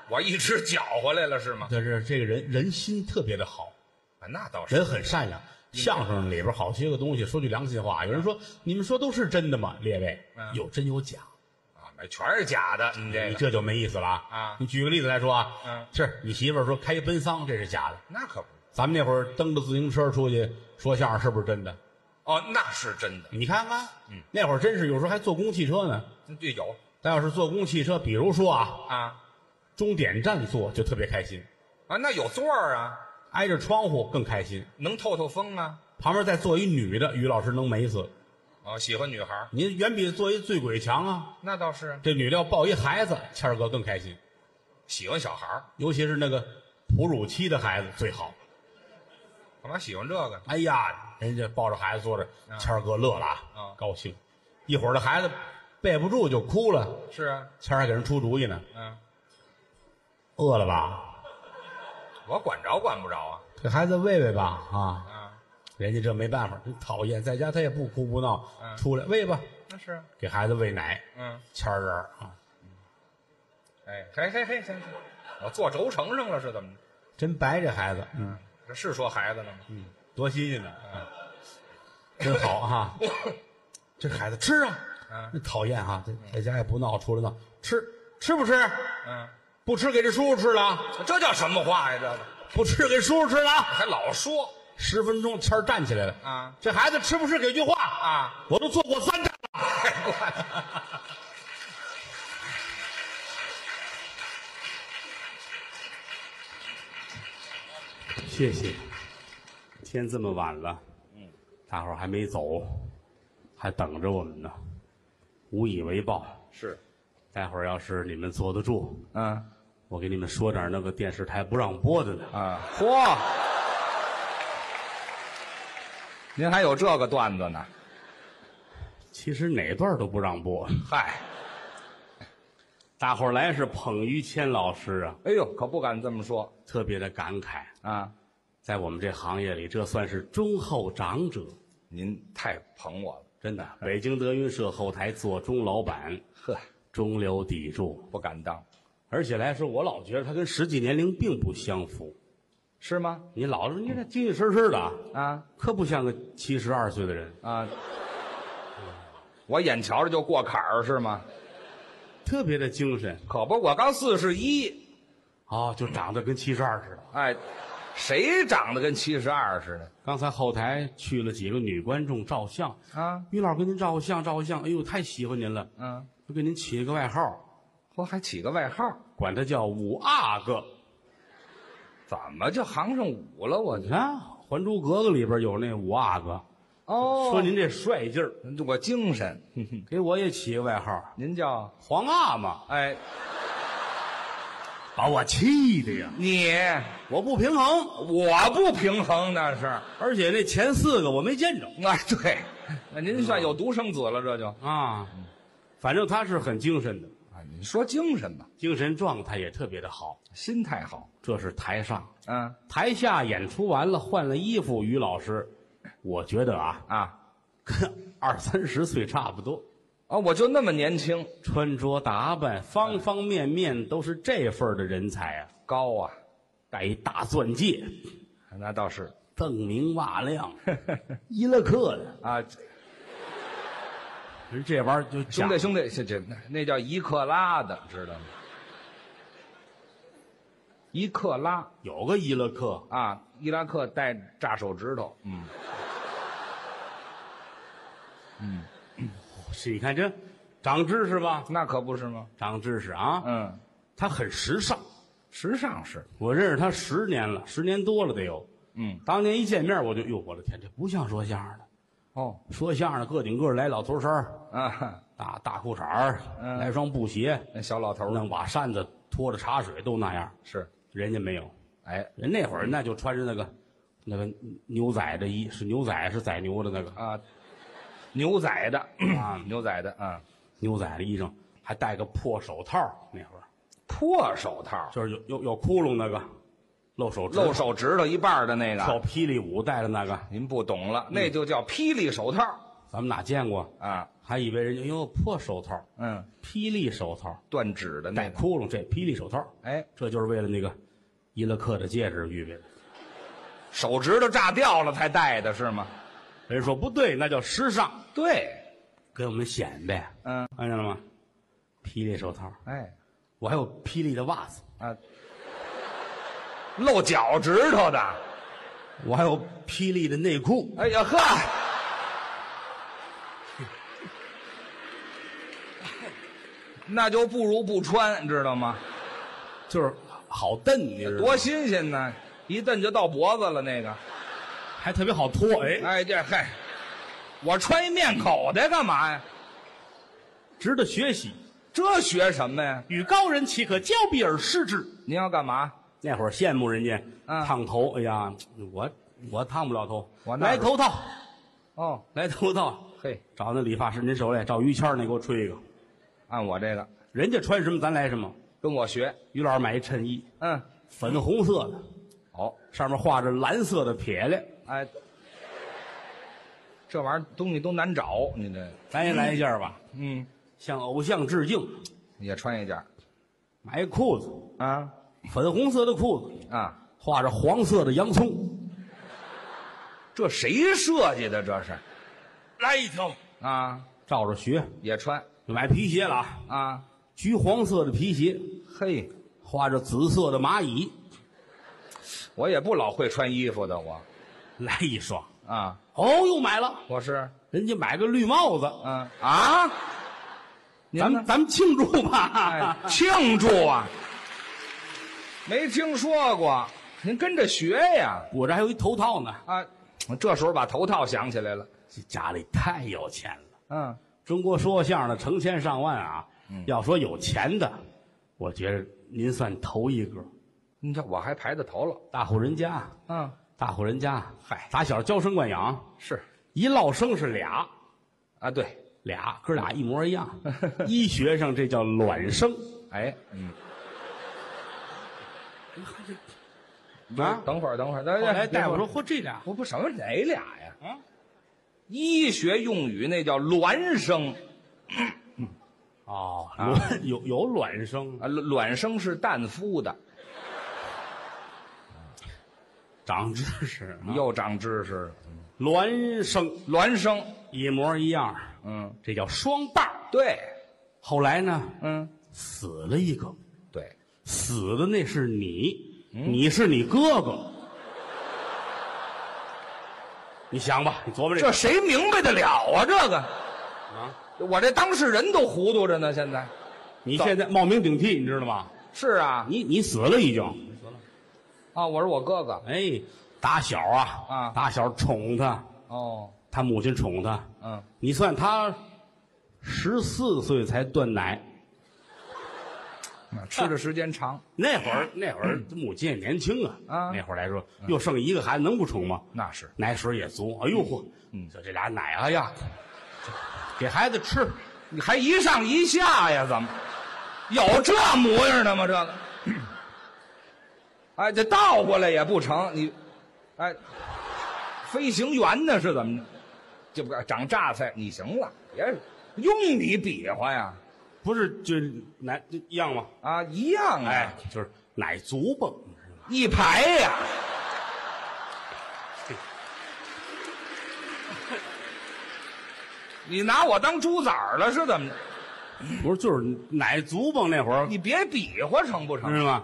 我一直搅和来了是吗？
但是这个人人心特别的好，
啊那倒是，
人很善良。相声里边好些个东西，说句良心话，有人说你们说都是真的吗？列位
嗯，
有真有假，
啊，那全是假的，你这
你
个
这就没意思了啊！
啊
你举个例子来说啊，
嗯
是你媳妇儿说开一奔丧，这是假的。
那可不是
咱们那会儿蹬着自行车出去说相声，是不是真的？
哦，那是真的，
你看看，嗯，那会儿真是有时候还坐公汽车呢。
对有
咱要是坐公汽车，比如说啊，
啊
终点站坐就特别开心，
啊，那有座儿啊，
挨着窗户更开心。
能透透风啊。
旁边再坐一女的，于老师能美死。
哦，喜欢女孩儿，
您远比坐一醉鬼强啊！
那倒是
这女的要抱一孩子，谦儿哥更开心，
喜欢小孩儿，
尤其是那个哺乳期的孩子最好。
干嘛喜欢这个？
哎呀，人家抱着孩子坐着，
啊
谦儿哥乐了
啊
高兴。一会儿这孩子背不住就哭了，
是啊，
谦儿还给人出主意呢，
嗯，
饿了吧？
我管着管不着啊
给孩子喂喂吧啊！
啊，
人家这没办法，真讨厌，在家他也不哭不闹，
嗯
出来喂吧，
那是啊
给孩子喂奶，
嗯，
谦儿人儿啊，
哎，嘿嘿嘿，行行，我坐轴承上了是怎么着？
真白这孩子，嗯
这是说孩子呢吗？
嗯，多新鲜呢
啊，
真好啊！这孩子吃啊，
啊
真讨厌啊，在在家也不闹，出来闹，吃吃不吃？
嗯，
不吃给这叔叔吃了啊！
这叫什么话呀？这个
不吃给叔叔吃了啊。
还老说
十分钟，谦儿站起来了。
啊
这孩子吃不吃？给句话啊！
啊，
我都做过三站了。 谢谢。天这么晚了，大伙儿还没走，还等着我们呢，无以为报。
是，
待会儿要是你们坐得住，
嗯
我给你们说点儿那个电视台不让播的呢。
啊，嚯！您还有这个段子呢？
其实哪段儿都不让播。
嗨，
大伙儿来是捧于谦老师啊，
哎呦，可不敢这么说
特别的感慨，
啊！
在我们这行业里，这算是忠厚长者，
您太捧我了，
真的。北京德云社后台做钟老板，
呵，
中流砥柱，
不敢当，
而且来说，我老觉得他跟实际年龄并不相符。
是吗？
你老是你这结结实实的啊，
啊
可不像个七十二岁的人，
啊，我眼瞧着就过坎儿是吗？
特别的精神
可不，我刚四十一，
啊、就长得跟七十二似的。
哎，谁长得跟七十二似的
刚才后台去了几个女观众照相，
啊？
于老师给您照个相，照个相，哎呦，太喜欢您了，
嗯，
就给您起了个外号，
我还起个外号，
管他叫五阿哥。
怎么就行上五了？我
你看《还珠格格》里边有那五阿哥，
哦
说您这帅劲儿，
我精神，
嗯给我也起个外号
您叫
“皇阿玛
哎，”，
把我气的呀！
你
我不平衡，
我不平衡那是，
而且那前四个我没见着
哎对，嗯那您算有独生子了，这就
啊。反正他是很精神的，
啊，你说精神吧，
精神状态也特别的好。
心态好，
这是台上，
嗯
台下演出完了，换了衣服，于老师，我觉得啊，
啊。
跟二三十岁差不多，
啊，我就那么年轻，
穿着打扮方方面面都是这份儿的人才啊。
高啊，
戴一大钻戒，
那倒是
锃明瓦 亮，伊拉克的，
啊，
人这玩意儿就
兄
讲
弟兄弟，这这那叫一克拉的，知道吗？一克拉
有个伊拉克，
啊，伊拉克带炸手指头，嗯，
是你看这长知识吧？
那可不是吗？
长知识啊，
嗯，
他很时尚。
时尚是，
我认识他十年了，十年多了得有。
嗯，
当年一见面我就，哟，我的天，这不像说相声的，
哦
说相声的个顶个儿来老头衫儿
啊，
大大裤衩儿，
嗯
来双布鞋，
那小老头儿
弄把扇子，拖着茶水都那样。
是，
人家没有，
哎
人那会儿那就穿着那个那个牛仔的衣，是牛仔是宰牛的那个
啊，牛仔的，
啊
牛仔的啊，
牛仔的衣裳，还戴个破手套。那会儿
破手套，
就是有有有窟窿那个，露手指头
露手指头一半儿的那
跳
个，
霹雳舞戴的那个，
您不懂了，那就叫霹雳手套
咱们哪见过？
啊，
还以为人家哟破手套，
嗯。
霹雳手套
断指的那
带
个。
窟窿，这霹雳手套，
哎，
这就是为了那个伊拉克的戒指预备的。
手指头炸掉了才戴的是吗？
人说不对，那叫时尚，
对，
给我们显摆，
嗯，
看见了吗？霹雳手套，
哎，
我还有霹雳的袜子，
啊，露脚趾头的，
我还有霹雳的内裤，
哎呀呵， 那就不如不穿，知道吗？
就是好蹬，你知道吗
多新鲜呢！一蹬就到脖子了，那个，
还特别好脱，哎，
哎，这嗨，我穿一面口袋干嘛呀？
值得学习。
这学什么呀？
与高人岂可交臂而失之？
您要干嘛？
那会儿羡慕人家
嗯
烫头，哎呀，我我烫不了头，
我那
来头套，
哦，
来头套，
嘿，
找那理发师，您手里找于谦儿那给我吹一个，
按我这个
人家穿什么咱来什么。
跟我学，
于老师买一衬衣，
嗯，
粉红色的，
好、
上面画着蓝色的撇来，
哎，这玩意儿东西都难找，你这，
咱也来一件吧，
嗯，
向偶像致敬。
也穿一件
买一裤子，
啊
粉红色的裤子，
啊，
画着黄色的洋葱，
这谁设计的？这是
来一条，
啊，
照着学。
也穿
买皮鞋了啊，
啊，
橘黄色的皮鞋，
嘿，
画着紫色的蚂蚁，
我也不老会穿衣服的，我
来一双。
啊，
哦，又买了，
我是
人家买个绿帽子，
嗯啊，您
咱
呢
们？咱们庆祝吧
哎，，庆祝啊！没听说过，您跟着学呀
我这还有一头套呢。
啊！这时候把头套想起来了，
这家里太有钱了。
嗯，
中国说相声的成千上万啊，要说有钱的，我觉得您算头一个。
你看我还排到头了，
大户人家，
嗯，
大户人家，
嗨
打小娇生惯养，
是
一落生是俩，
啊，对，
俩哥俩一模一 样。医学上这叫卵生
哎，嗯
啊。
等会儿，等会儿，等
后
会儿，
来
别
大夫说：“嚯，这俩
不不什么哪俩呀？
啊，
医学用语那叫孪生
哦，卵有有卵生，
啊，卵生是蛋孵的，
长知识啊，
又长知识了，
卵生
孪生，
一模一样，
嗯，
这叫双伴儿
对，
后来呢，
嗯，
死了一个，
对，
死的那是你，
嗯
你是你哥哥。你想吧，你琢磨这
这谁明白得了啊？这个。
啊！
我这当事人都糊涂着呢，现在
你现在冒名顶替，你知道吗？
是啊
你你死了已经。
啊，我是我哥哥
哎，打小啊
啊
打小宠他，
哦，
他母亲宠他。
嗯，
你算他十四岁才断奶，
吃的时间长，
那会儿那会 儿母亲也年轻啊，
啊
那会儿来说又剩一个孩子能不宠吗？
那是
奶水也足，哎呦嚯，
嗯
就这俩奶，哎呀，给孩子吃，
你还一上一下呀？怎么有这模样的吗？这个，哎，这倒过来也不成，你哎，飞行员呢是怎么着？这不长榨菜，你行了，别用你比划呀
不是就奶就一样吗？
啊，一样啊，
哎，就是奶足吧，你知道吗
一排呀。你拿我当猪崽儿了是怎么着？
不是就是奶足吧？那会儿
你别比划成不成？
知道吗？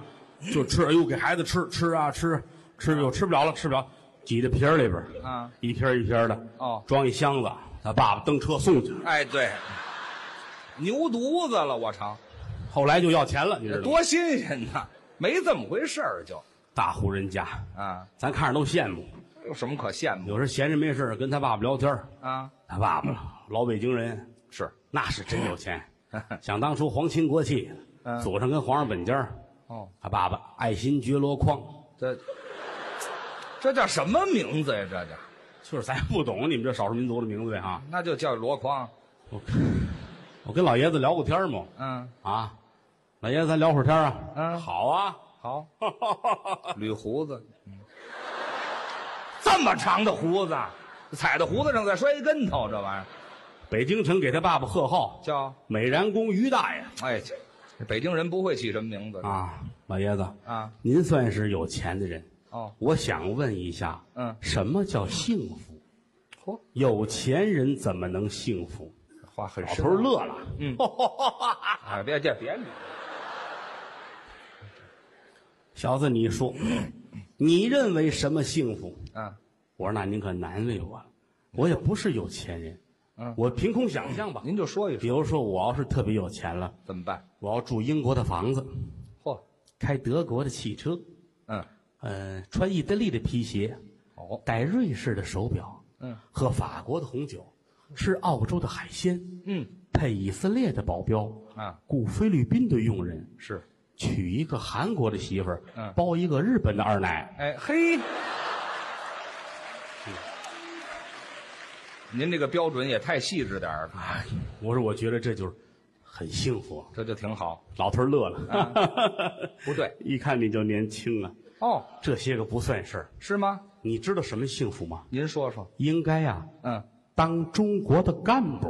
就吃，哎呦，给孩子吃吃啊吃，吃又吃不了了，吃不了，挤在瓶儿里边儿
啊，
一瓶儿一瓶儿的，
哦
装一箱子，他爸爸蹬车送去，
哎，对，牛犊子了我成，
后来就要钱了，你知道吗？
多新鲜呐！没这么回事儿就
大户人家，
啊，
咱看着都羡慕，
有什么可羡慕
有时候闲着没事儿跟他爸爸聊天儿
啊？
他爸爸老北京人，
是，
那是真有 钱。想当初皇亲国戚，
嗯
祖上跟皇上本家儿，
哦，
他爸爸爱新觉罗匡，
这这叫什么名字呀？这叫
就是咱不懂你们这少数民族的名字呗哈。
那就叫箩筐，
我我跟老爷子聊过天儿嘛，
嗯，
啊，老爷子咱聊会儿天儿啊。
嗯
好啊，
好，捋胡子，这么长的胡子，踩到胡子上再摔一跟头，这玩意儿
北京城给他爸爸贺号
叫
美髯公于大爷
哎，这北京人不会起什么名字
啊，老爷子，
啊
您算是有钱的人，
哦，
我想问一下，
嗯
什么叫幸福？
嚯，
有钱人怎么能幸福？
话很
老
深
头儿乐了，
嗯啊！别别别理，
小子，你说，你认为什么幸福？
啊，
我说那您可难为我了，我也不是有钱人，
嗯
我凭空想象吧。
您就说一
比
说
如说，我要是特别有钱了，
怎么办？
我要住英国的房子，
嚯，
开德国的汽车，
嗯，
呃，穿意大利的皮鞋，
哦，
戴瑞士的手表，
嗯，
喝法国的红酒，吃澳洲的海鲜，
嗯，
配以色列的保镖，
啊，
雇菲律宾的佣人，
是，
娶一个韩国的媳妇儿，
嗯
包一个日本的二奶，
哎嘿，您这个标准也太细致点儿了，
哎，我说我觉得这就是很幸福。
这就挺好。
老头儿乐了，
不对，
一看你就年轻啊，
哦，
这些个不算事儿。
是吗？
你知道什么幸福吗？
您说说，
应该呀、
嗯，
当中国的干部。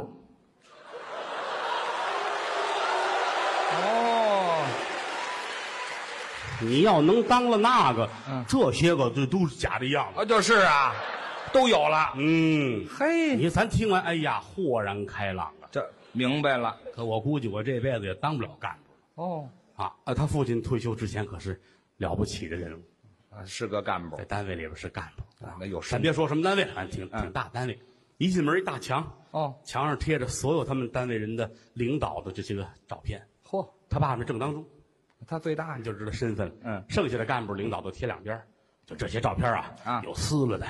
哦，
你要能当了那个，
嗯
这些个就都是假的样子。
啊，就是啊，都有了。
嗯，
嘿，
你咱听完，哎呀，豁然开朗了。
这明白了。
可我估计我这辈子也当不了干部
哦，
了啊！啊，他父亲退休之前可是了不起的人物，
啊，是个干部
在，单位里边是干部
啊那有
咱
身份。
别说什么单位了，反正挺
嗯
挺大单位。一进门一大墙，
哦，
墙上贴着所有他们单位人的领导的这些个照片。
嚯，
他爸爸正当中，
他最大
你就知道身份了。
嗯，
剩下的干部领导都贴两边儿，就这些照片啊，
啊哎
有撕了的，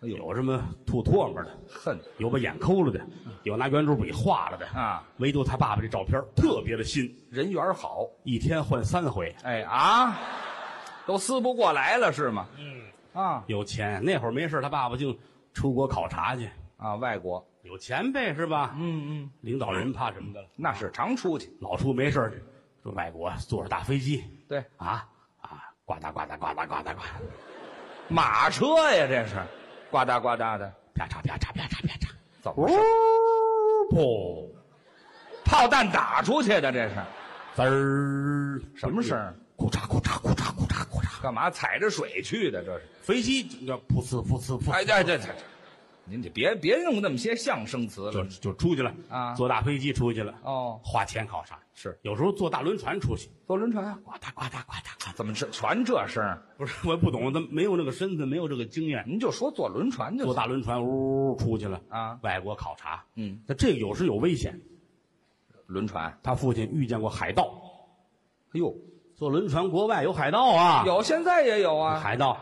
呦
有什么吐唾沫的，
恨
有把眼抠了的，有拿圆珠笔画了的
嗯啊，
唯独他爸爸这照片特别的新，
人缘好。
一天换三回。
哎啊，都撕不过来了是吗？嗯啊
有钱那会儿没事，他爸爸净出国考察去，
啊，外国，
有钱呗是吧？
嗯嗯，
领导人怕什么的了？
那是常出去。
老出没事儿就外国坐着大飞机
对，
啊啊，呱嗒呱嗒呱嗒呱嗒呱，
马车呀，这是，呱嗒呱嗒的，
啪嚓啪嚓啪嚓啪嚓，
怎
呜
么是
噗，
炮弹打出去的？这是
滋儿，
什么声儿？
咕嚓咕嚓咕嚓咕嚓咕嚓，
干嘛踩着水去的？这是，
飞机就要噗呲噗呲噗呲，
哎这这这，您就别别用那么些相声词
就
了。
就出去了
啊
坐大飞机出去了，
哦，
花钱考察
是
有时候坐大轮船出去，
坐轮船啊？
呱嗒呱嗒呱嗒呱嗒，
怎么是全这声儿？
不是我也不懂，咱没有那个身份，没有这个经验，
您就说坐轮船就
坐
行
大轮船呜出去了
啊
外国考察，
嗯，
那这个有时有危险，
轮船。
他父亲遇见过海盗，
哎呦，
坐轮船国外有海盗啊，
有现在也有啊。
海盗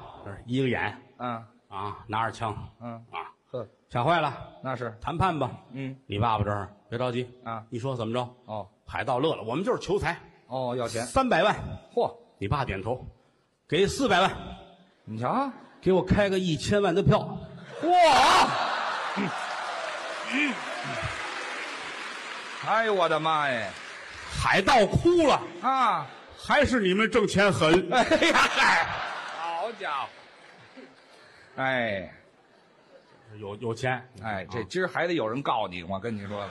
一个眼
啊，
啊，拿着枪
嗯，
啊，
呵，
吓坏了，
那是，
谈判吧，
嗯，
你爸爸这儿别着急
啊，
你说怎么着？
哦
海盗乐了，我们就是求财，
哦，要钱，
三百万。
嚯，
你爸点头，给四百万，
你瞧，
给我开个一千万的票。
嚯，哎呦我的妈呀，
海盗哭了，
啊，
还是你们挣钱狠。
哎呀嗨，好家伙，哎
有有钱，
哎，这今儿还得有人告你，我跟你说，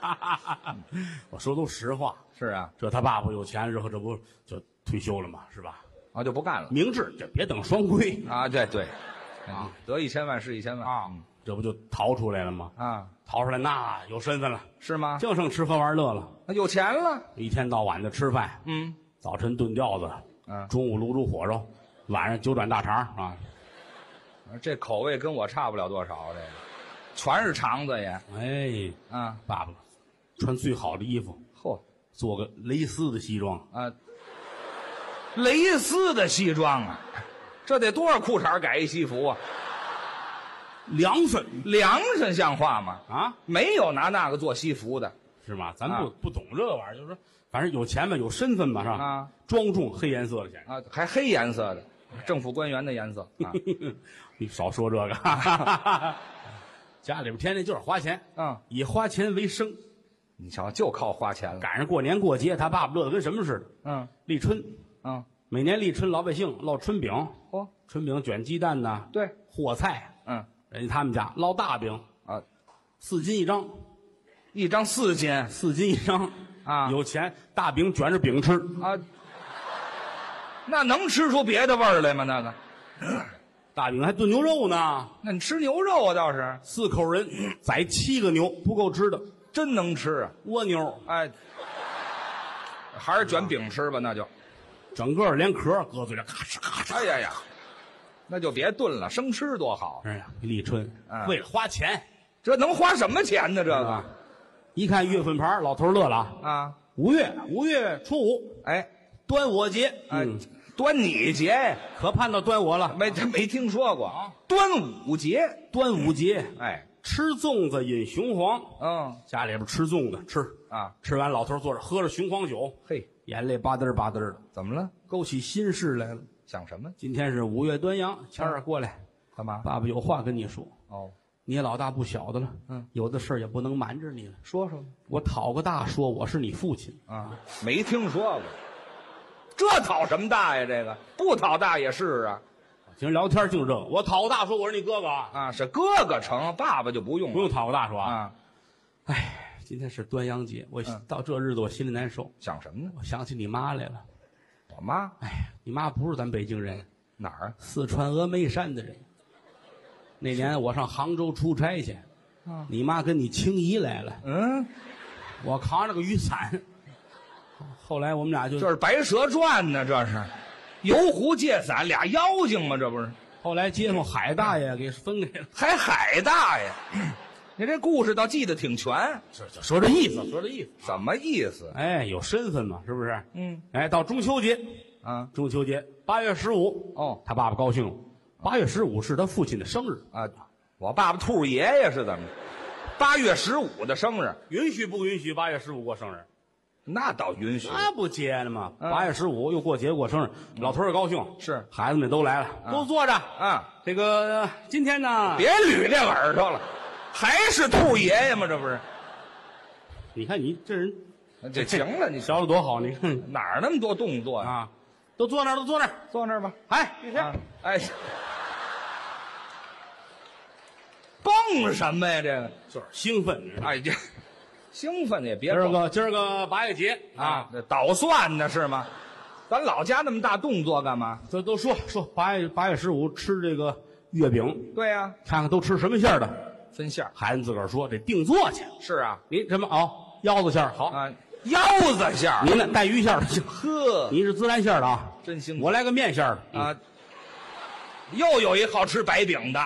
嗯
我说都实话。
是啊，
这他爸爸有钱之后，这不就退休了吗？是吧？
啊就不干了
明智，这别等双规
啊，对对，嗯
啊
得一千万是一千万嗯
啊，这不就逃出来了吗？
啊，
逃出来那有身份了，
是吗？
净剩吃喝玩乐了，
那有钱了，
一天到晚的吃饭，
嗯
早晨炖吊子，
嗯，
中午卤煮火烧，晚上九转大肠啊。
啊这口味跟我差不了多少，这个全是肠子也
哎，
啊，
爸爸穿最好的衣服，
嚯
做个蕾丝的西装，
啊，蕾丝的西装啊，这得多少裤衩儿改一西服啊？
凉粉
凉碜像话吗？
啊，
没有拿那个做西服的，
是吗？咱不、
啊
不懂这玩意儿，就是说，反正有钱嘛，有身份嘛，是吧？
啊，
庄重黑颜色的钱，
啊，还黑颜色的，政府官员的颜色啊，
你少说这 个， 哈哈哈哈家里边天天就是花钱，
嗯，
以花钱为生。
你瞧，就靠花钱了，
赶上过年过节，他爸爸乐得跟什么似的。
嗯
立春，
嗯，
每年立春，老百姓烙春饼，
嚯，
春饼卷鸡蛋呐，
对，
和菜，
嗯
人家他们家烙大饼，
啊，
四斤一张，
一张四斤
四斤一张
啊
有钱大饼卷着饼吃，
啊， 那能吃出别的味儿来吗？那个，
大饼还炖牛肉呢，
那你吃牛肉啊，倒是
四口人宰七个牛不够吃的，
真能吃啊！
蜗牛
哎，还是卷饼吃吧，那就。
整个连壳搁嘴里咔哧咔哧。
哎呀呀，那就别炖了，生吃多好。
哎呀，立春
嗯
为了花钱，
这能花什么钱呢？这
这
个
一看月份牌儿，老头儿乐了啊！
啊，
五月五月初五，
哎
端午节，
哎
嗯，，
端你节呀，
可盼到端午了。
没这没听说过。端午节，
端午节
哎，
吃粽子，饮雄黄，
嗯
家里边吃粽子吃，
啊，
吃完老头儿坐着喝着雄黄酒，
嘿，
眼泪吧嗒吧嗒的，
怎么了？
勾起心事来了。
想什么？
今天是五月端阳，谦儿过来，
干嘛？
爸爸有话跟你说。
哦，
你也老大不小的了，
嗯，
有的事儿也不能瞒着你了。
说说吧。
我讨个大说，我是你父亲，
啊，没听说过。这讨什么大呀？这个不讨大也是啊
今儿聊天净这个。我讨个大说，我是你哥哥啊，
啊，是哥哥成，爸爸就不用
不
了
用讨个大说啊。
啊。
哎，今天是端阳节，我
嗯
到这日子我心里难受，
想什么呢？
我想起你妈来了。
我妈
哎，你妈不是咱北京人，
哪儿
四川峨眉山的人。那年我上杭州出差去，
啊？
你妈跟你青姨来了，
嗯，
我扛着个雨伞。后来我们俩就
这是《白蛇传》呢，这是游湖借伞，俩妖精嘛，这不是
后来街坊海大爷给分开了，
还海大爷？ 你这故事倒记得挺全，
就就说这意思，说这意思。
什么意思？
哎，有身份嘛，是不是？
嗯
哎，到中秋节，
啊
中秋节八月十五，
哦
他爸爸高兴了。八月十五是他父亲的生日，
啊，我爸爸兔爷爷是怎么着？八月十五的生日，
允许不允许八月十五过生日？
那倒允许。
那不接了吗？
嗯
八月十五又过节过生日，老头儿也高兴，
是
孩子们都来了，都坐着。
啊，
这个今天呢，
别捋这耳朵了，还是兔爷爷吗？这不是？
你看你这人
这行了，你
学的多好，你看
哪儿那么多动作呀？
啊，都坐那儿，都坐那儿。
坐那儿吧。
哎，你
啊
看，
哎，蹦什么呀？这个，
就是兴奋。
哎，这兴奋的也别
今儿
蹦
个今儿个八月节啊，，
这捣蒜呢是吗？咱老家那么大动作干嘛？
这都说说八月八月十五吃这个月饼，
对呀、
看看都吃什么馅儿的。
分馅儿
孩子自个儿说得定做去。
是啊
您什么哦？腰子馅儿好，
啊，腰子馅儿，
您呢带鱼馅儿的行。
呵，
您是孜然馅儿的啊，
真兴奋
我来个面馅儿的。
啊，又有一好吃白饼的，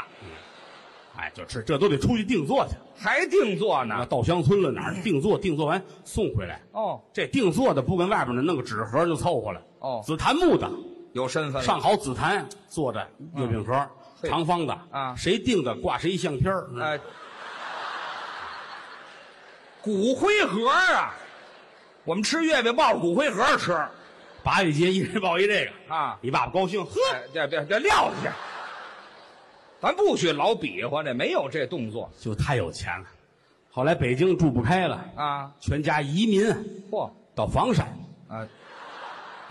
哎，就吃这都得出去定做去。
还定做
啊，
呢。
到乡村了哪儿定做？定做完送回来。
哦，
这定做的不跟外边的弄个纸盒就凑合了。
哦
紫檀木的，
有身份了
上好紫檀做的月饼盒，
嗯嘿
长方的
啊
谁定的挂谁相片儿嗯
哎，骨灰盒啊，我们吃月饼抱着骨灰盒吃
八月节一人抱一这个，
啊。
你爸爸高兴，呵，
哎这这这撂下，咱不许老比划这，没有这动作
就太有钱了。后来北京住不开了，
啊。
全家移民
嚯
到房山，
啊，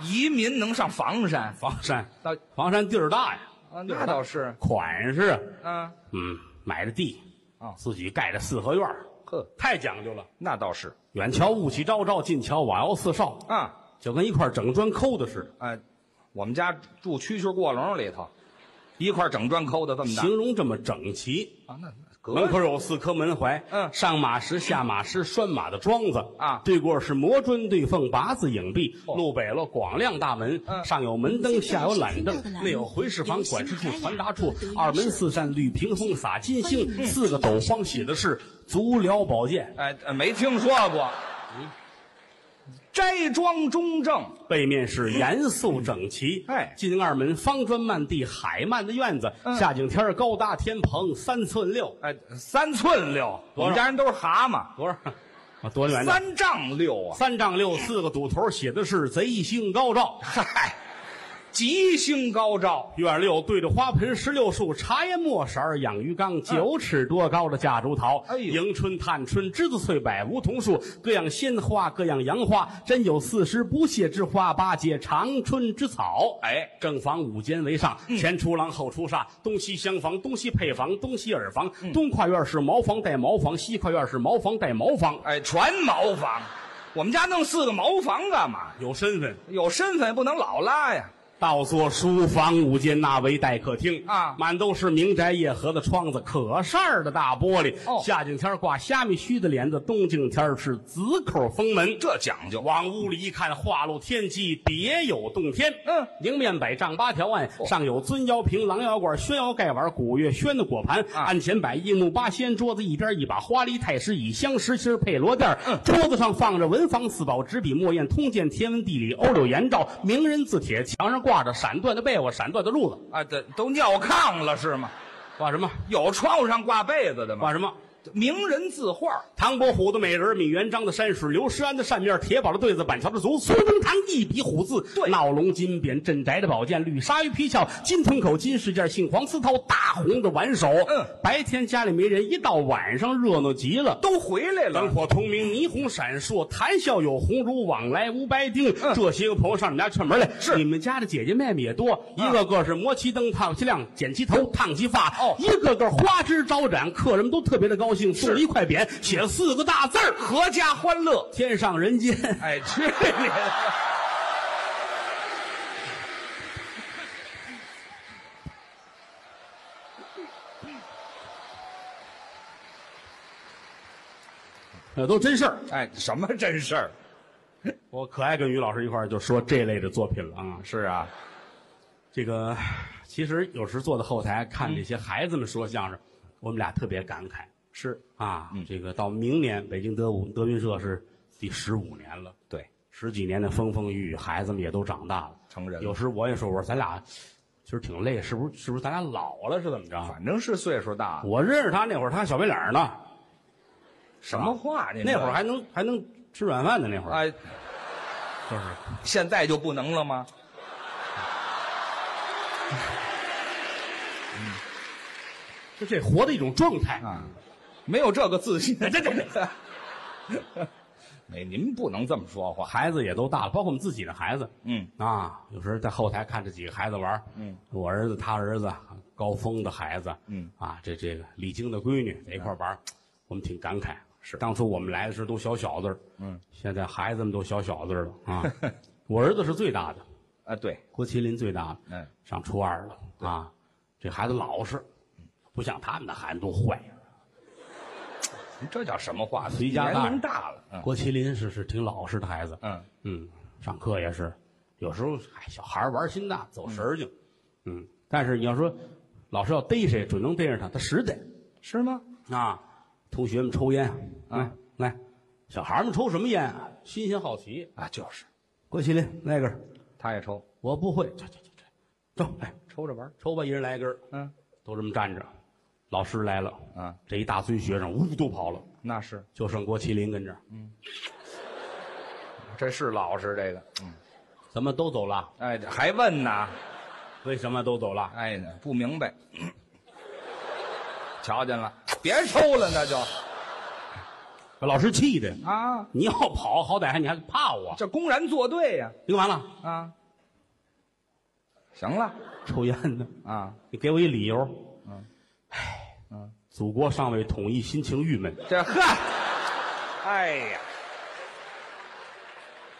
移民能上房山？
房山
到
房山地儿大呀，
啊，那倒是
款式，
啊，
嗯，买的地
哦
自己盖的四合院儿
呵，
太讲究了。
那倒是
远瞧雾气昭昭，近瞧瓦窑四少，
啊
就跟一块整砖抠的似的。
哎，我们家住蛐蛐过笼里头，一块整砖抠的这么大
形容这么整齐，
啊，那那
门
格
口有四颗门槐，
嗯
上马石、下马石、拴马的桩子
啊
对过是磨砖对缝、八字影壁，
哦
路北了广亮大门，
嗯
上有门灯，下有懒凳
现在是听到的栏，目
内有回事房、管事处、传达处
有新，华雅
二门四扇绿屏风洒金星，
嗯
四个斗方写的是足疗保健，
哎，呃没听说过。斋庄中正，
背面是严肃整齐。
哎
进二门方砖漫地，海漫的院子，
嗯
夏景天儿高搭天棚三寸六，
哎，三寸六，
多少
我们家人都是蛤蟆，
多少？啊，多远点？
三丈六啊！
三丈六四个堵头，写的是“贼星高照
嗨，吉星高照”。，
院六对着花盆石榴树，茶叶墨色儿养鱼缸，九尺多高的夹竹桃，
嗯哎呦
迎春、探春、栀子、翠柏、梧桐树，各样鲜花，各样洋花，真有四时不谢之花，八节长春之草。
哎，嗯
正房五间为上，前出廊后出煞，东西厢房，东西配房，东西耳房，
嗯
东跨院是茅房带茅房，西跨院是茅房带茅房，
哎，全茅房，我们家弄四个茅房干嘛？
有身份。
有身份不能老拉呀。
倒座书房五间，那为待客厅
啊
满都是明宅夜合的窗子，可扇儿的大玻璃。
哦
夏景天儿挂虾米须的帘子，冬景天儿是紫口封门。
这讲究。
往屋里一看，画露天机，别有洞天。
嗯，哦
迎面摆丈八条案，
嚯
上有尊窑瓶、狼窑罐、宣窑盖碗、古月轩的果盘。
啊
案前摆一木八仙桌子，一边一把花梨太师椅，镶石心儿配罗垫儿。
嗯
桌子上放着文房四宝、纸笔墨砚、通鉴、天文地理、欧柳颜照、名人字帖。墙上挂着闪缎的被窝、闪缎的褥子。
啊，这都尿炕了是吗？
挂什么？
有窗户上挂被子的吗？
挂什么？
名人字画，
唐伯虎的美人儿，米元璋的山水，刘诗安的扇面儿，铁宝的对子，板桥的竹，苏东堂一笔虎字，
对
闹龙金匾，镇宅的宝剑，绿鲨鱼皮鞘，金吞口，金饰件，杏黄丝绦，大红的挽手。
嗯，
白天家里没人，一到晚上热闹极了。
都回来了。
灯火通明，霓虹闪烁，谈笑有鸿儒，往来无白丁。这些个朋友上你们家串门来，
嗯是嗯
你们家的姐姐妹妹也多，一个个是磨其灯，烫其亮，剪其头，烫其发，
哦
一个个花枝招展，客人们都特别的高兴，送了一块匾，写四个大字儿
阖家欢乐。
天上人 间。
哎，去你的！
那呃都真事儿，
哎，什么真事儿？
我可爱跟于老师一块儿就说这类的作品了啊。
是啊，
这个其实有时坐在后台看
嗯
这些孩子们说相声，我们俩特别感慨。
是，
啊，
嗯
这个到明年北京德舞德云社是第十五年了，
对，
十几年的风风雨雨，孩子们也都长大了。
成人
有
了，
时我也说，我说咱俩其实挺累，是不是？是不是咱俩老了是怎么着？
反正是岁数大了。
我认识他那会儿，他小白脸呢，
什么话？您
那会儿还能还能吃软饭呢，那会儿
哎，
就是
现在就不能了吗？
就这活的一种状态。
啊，没有这个自信。 这这这，没，您不能这么说话。
孩子也都大了，包括我们自己的孩子
嗯，
啊，有时候在后台看着几个孩子玩儿
嗯，
我儿子、他儿子、高峰的孩子，
嗯
啊，这这个李菁的闺女在一块儿玩儿，我们挺感慨。
是
当初我们来的时候都小小子儿，
嗯，
现在孩子们都小小子儿了 啊。我儿子是最大的，
啊，对，
郭麒麟最大的，
嗯，
上初二了啊。这孩子老实，不像他们的孩子都坏。
您这叫什么话？
随家大人
年龄大了，嗯
郭麒麟是是挺老实的孩子，
嗯，
嗯，上课也是，有时候哎，小孩儿玩心大，走神儿去，嗯。但是你要说老师要逮谁，准能逮着他，他实逮。
是吗？
啊，同学们抽烟，
啊
来来，小孩们抽什么烟啊？新鲜好奇。
啊，就是，
郭麒麟来一根儿，
他也抽，
我不会，这这这这，抽来
抽着玩儿。
哎抽吧，一人来一根儿，
嗯，
都这么站着。老师来了，
啊，
这一大堆学生呜都跑了，
那是，
就剩郭麒麟跟这儿，
这是老实这个。嗯，
怎么都走了？
哎，还问呢？
为什么都走了？
哎呢，不明 白。瞧见了，别抽了，那就
把老师气的，
啊，
你要跑，好歹还你还怕我？
这公然作对呀、
你干嘛呢？
啊！行了
抽烟呢？
啊，
你给我一理由。嗯，唉，嗯，祖国尚未统一，心情郁闷。
这呵，哎呀，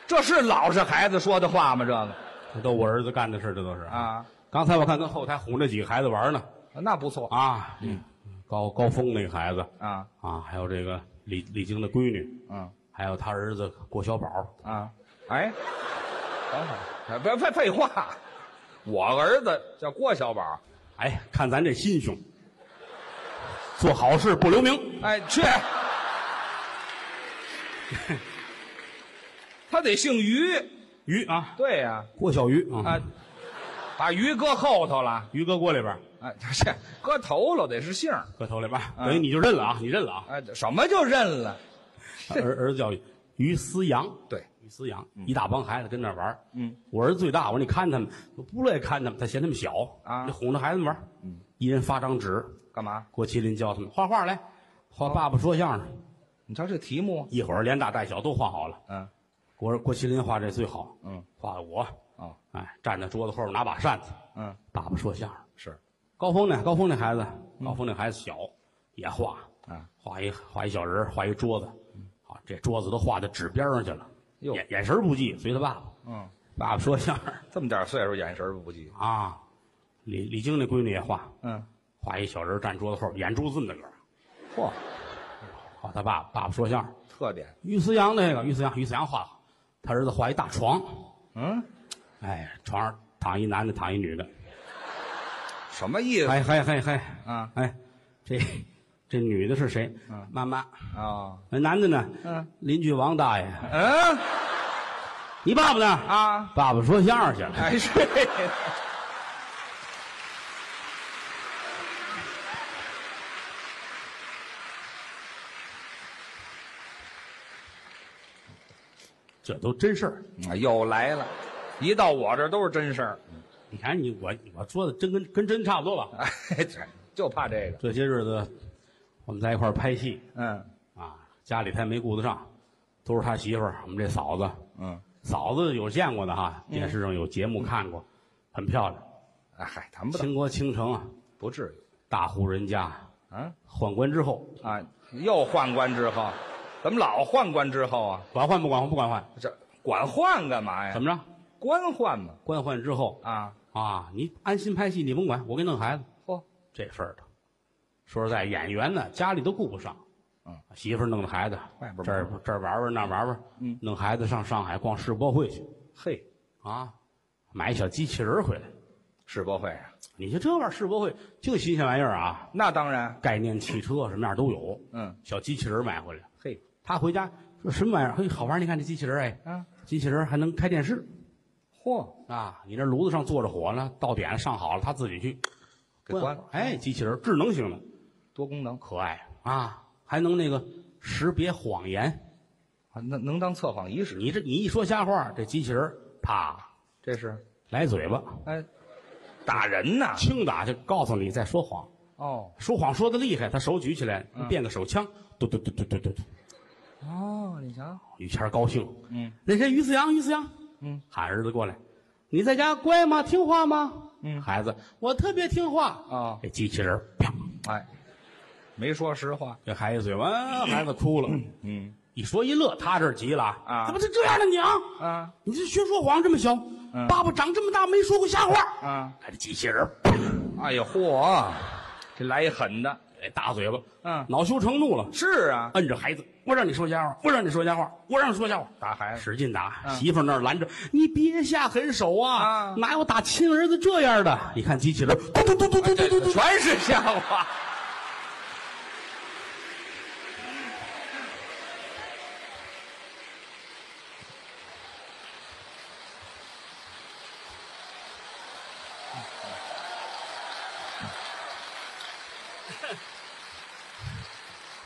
这是老实孩子说的话吗？这个
这都我儿子干的事儿，这都是。
啊，
刚才我看跟后台哄着几个孩子玩呢，
那不错
啊，高高峰那个孩子
啊，
啊，还有这个李李菁的闺女，
嗯
还有他儿子郭小宝，
啊，哎，等会儿，别别废话，我儿子叫郭小宝，
哎，看咱这心胸，做好事不留名，
哎，去，他得姓于，
于啊，
对呀、
郭小于
啊，
啊，
把于搁后头了，
于哥锅里边，
哎， 这搁头了得是姓儿，
搁头里边，
嗯
等于你就认了啊，你认了啊，
哎，什么就认了？
儿儿子叫于思阳，
对，
于思阳，一大帮孩子跟那儿玩儿
嗯，
我儿子最大，我说你看他们，我不乐意看他们，他嫌他们小
啊嗯
你哄着孩子们玩儿，一人发张纸，
干嘛？
郭麒麟教他们画画来，画爸爸说相声。
你瞧这题目，
一会儿连大带小都画好了。
嗯
我郭麒麟画这最好，
嗯，
画的我，
哦，
哎，站在桌子后边拿把扇子，
嗯，
爸爸说相声。
是
高峰呢？高峰那孩子，高峰那孩子小，也画，
嗯啊，嗯
画一画一小人儿，画一桌子，好，这桌子都画到纸边上去了，
哟
眼眼神不济，随他爸爸。
嗯，
爸爸说相声
这么点岁数，眼神儿不济。
啊，李李菁那闺女也画，
嗯，
画一小人站桌子后，眼珠子这么大个儿，
嚯，
画他爸爸，爸爸说相声。
特点，
于思阳那个，于思阳，于思阳画的，他儿子画一大床，
嗯，
哎，床上躺一男的，躺一女的，
什么意思
嗨嗨嗨嗨，
哎啊
哎，这这女的是谁？妈妈。
啊？
那男的呢？
嗯，
邻居王大爷。
嗯
你爸爸呢？
啊，
爸爸说相声去了。
哎是，
这都真事儿。
啊又来了，一到我这儿都是真事儿。
你看你我我说的真跟跟真差不多吧？
哎，这就怕这个。
这些日子我们在一块儿拍戏
嗯
啊，家里他也没顾得上，都是他媳妇儿，我们这嫂子，
嗯，
嫂子有见过的哈，电视上有节目看过，很漂亮。
哎嗨，谈不到，
倾国倾城啊，
不至于
大户人家，
啊
宦官之后，
啊！又宦官之后，怎么老宦官之后啊？
管换不管换不管换，
这管宦干嘛呀
怎？么着？
官宦嘛
官换之后
啊！
啊，你安心拍戏，你甭管，我给你弄孩子。
嚯，
这事儿的。说实在，演员呢，家里都顾不上。
嗯，
媳妇儿弄的孩子，
外边忙
这儿这儿玩玩那儿玩玩，嗯，弄孩子上上海逛世博会去
嘿，
啊，买一小机器人儿回来。
世博会啊，
你就这玩意儿，世博会净新鲜玩意儿啊，
那当然。
概念汽车什么样都有，
嗯，
小机器人儿买回来。
嘿，
他回家说什么玩意儿？嘿，好玩儿！你看这机器人儿，哎，
啊，
机器人儿还能开电视
嚯，
啊！你这炉子上做着火呢，到点了上好了，他自己去
给关
会儿
了，
哎，机器人儿智能型的，
多功能
可爱啊，还能那个识别谎言。
啊，能能当测谎仪使。
你这你一说瞎话，这机器人儿啪
这是
来嘴巴，
哎，打人呐！
轻打就告诉你在说谎，
哦
说谎说的厉害，他手举起来
嗯
变个手枪，嘟嘟嘟嘟嘟嘟嘟。
哦，你瞧，
于谦儿高兴，
嗯，
那谁于思阳，于思阳，
嗯，
喊儿子过来，你在家乖吗？听话吗？
嗯
孩子，我特别听话
哦
这机器人儿啪，
哎，没说实话。
给孩子嘴巴，啊孩子哭了。
嗯
一说一乐，他这儿急了
啊
怎么就这样了你啊？
啊
你这学说谎这么小，
嗯
爸爸长这么大没说过瞎话。
啊！
哎，这机器人儿，
哎呀嚯，这来一狠的。
哎，大嘴巴，
嗯
恼羞成怒了，
是啊，
摁着孩子，我让你说瞎话，我让你说瞎话，我让你说瞎话，
打孩子
使劲打。媳妇儿那儿拦着，你别下狠手啊
嗯啊，
哪有打亲儿子这样的？你看机器人儿，嘟嘟嘟嘟嘟嘟嘟，
全是瞎话。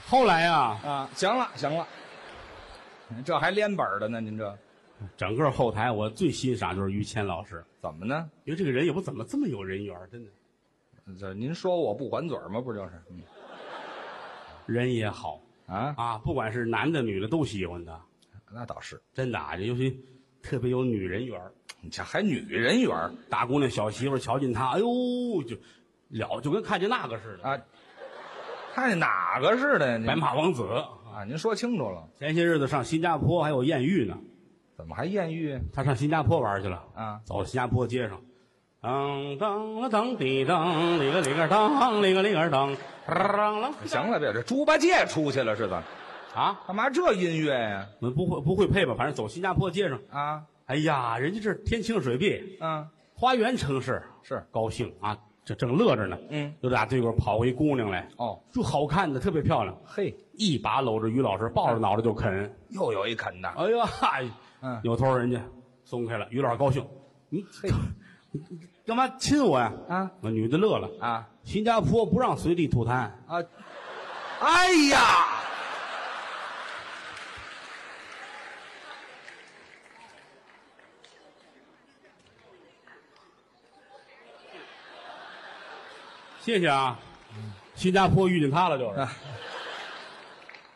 后来啊，
啊，行了行了，这还连本儿的呢，您这
整个后台我最欣赏就是于谦老师，
怎么呢？
因为这个人也不怎么这么有人缘儿，真的，
这您说我不还嘴儿吗？不就是？嗯
人也好
啊，
啊，不管是男的女的都喜欢他，
那倒是，
真的啊，尤其特别有女人缘儿。
你瞧还女人缘儿
大姑娘、小媳妇儿瞧见他，哎呦，就了，就跟看见那个似的。
啊，看见哪个似的呀？
白
您
马王子，
啊，您说清楚了，
前些日子上新加坡还有艳遇呢，
怎么还艳遇
他上新加坡玩去了，
啊？
走到新加坡街上，当当了当滴当，里个里个当，里个里个当，当了
行了，别这猪八戒出去了是怎么？
啊！
干嘛这音乐呀？
我们不会不会配吧？反正走新加坡街上，
啊
哎呀，人家这天清水碧，
啊，
花园城市，
是
高兴啊，这正乐着呢。
嗯，
就打对过跑过一姑娘来，
哦，
就好看的，特别漂亮。
嘿，
一把搂着于老师，抱着脑袋就啃。
又有一啃的，
哎呦，嗨，
嗯
扭头人家松开了，于老师高兴，你
嘿
干嘛亲我呀？
啊
那女的乐了，
啊
新加坡不让随地吐痰，
啊，哎呀，
谢谢啊。新加坡遇见他了，就是
嗯啊。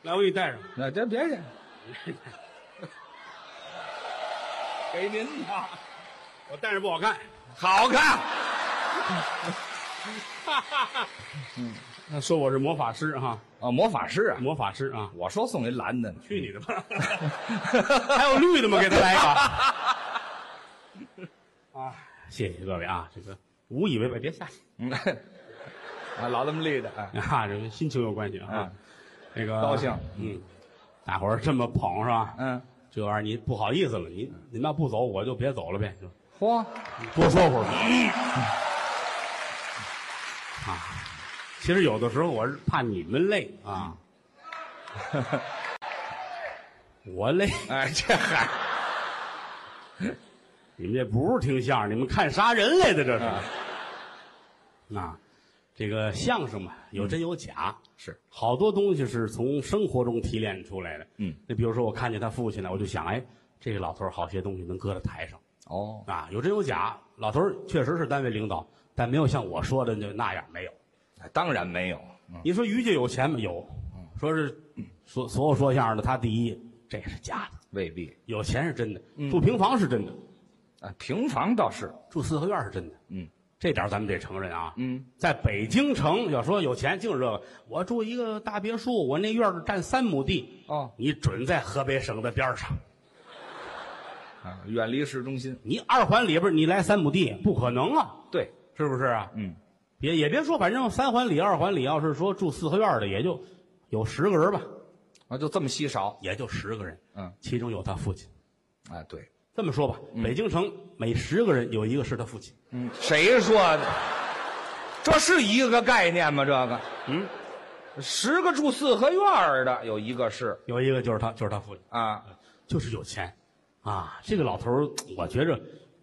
来，我给你带上。
那这别 介，给您的，
啊我带上不好看，
好 看，
嗯那说我是魔法师哈，
啊，魔法师啊，
魔法师啊，
我说送一蓝的呢，
去你的吧！还有绿的吗？给他来一个。 啊，谢谢各位啊，这个无以为报，别下去
嗯， 啊，老这么立着，哎，
啊，这跟心情有关系啊
嗯。
那个
高兴，
嗯，大伙儿这么捧是吧？
嗯，
这玩意儿你不好意思了，你你们要不走，我就别走了呗，就
嚯，
多说会儿吧。啊，其实有的时候我是怕你们累 啊，我累，
哎，这嗨，
你们这不是听相声，你们看杀人来的这是。
啊
啊，这个相声嘛，有真有假，
是
好多东西是从生活中提炼出来的。
嗯，
那比如说我看见他父亲了，我就想，哎，这个老头儿好些东西能搁在台上
哦，
啊，有真有假。老头儿确实是单位领导，但没有像我说的那那样没有。
哎当然没有，嗯，
你说于家有钱吗？有，说是所所有说相声的他第一，这是假的。
未必
有钱是真的，
嗯
住平房是真的，
啊，平房倒是，
住四合院是真的。
嗯，
这点儿咱们得承认啊。
嗯，
在北京城要说有钱就是这个，我住一个大别墅，我那院儿占三亩地，
哦，
你准在河北省的边儿上。
啊，远离市中心，
你二环里边儿你来三亩地不可能啊，
对，
是不是啊？
嗯，
也也别说，反正三环里、二环里，要是说住四合院的，也就有十个人吧，
啊，就这么稀少，
也就十个人，
嗯，
其中有他父亲。
啊，对，
这么说吧，北京城每十个人有一个是他父亲。
嗯，谁说的？这是一个概念吗？这个，
嗯，
十个住四合院儿的有一个是
有一个就是他，就是他父亲，
啊，
就是有钱，啊，这个老头儿，我觉着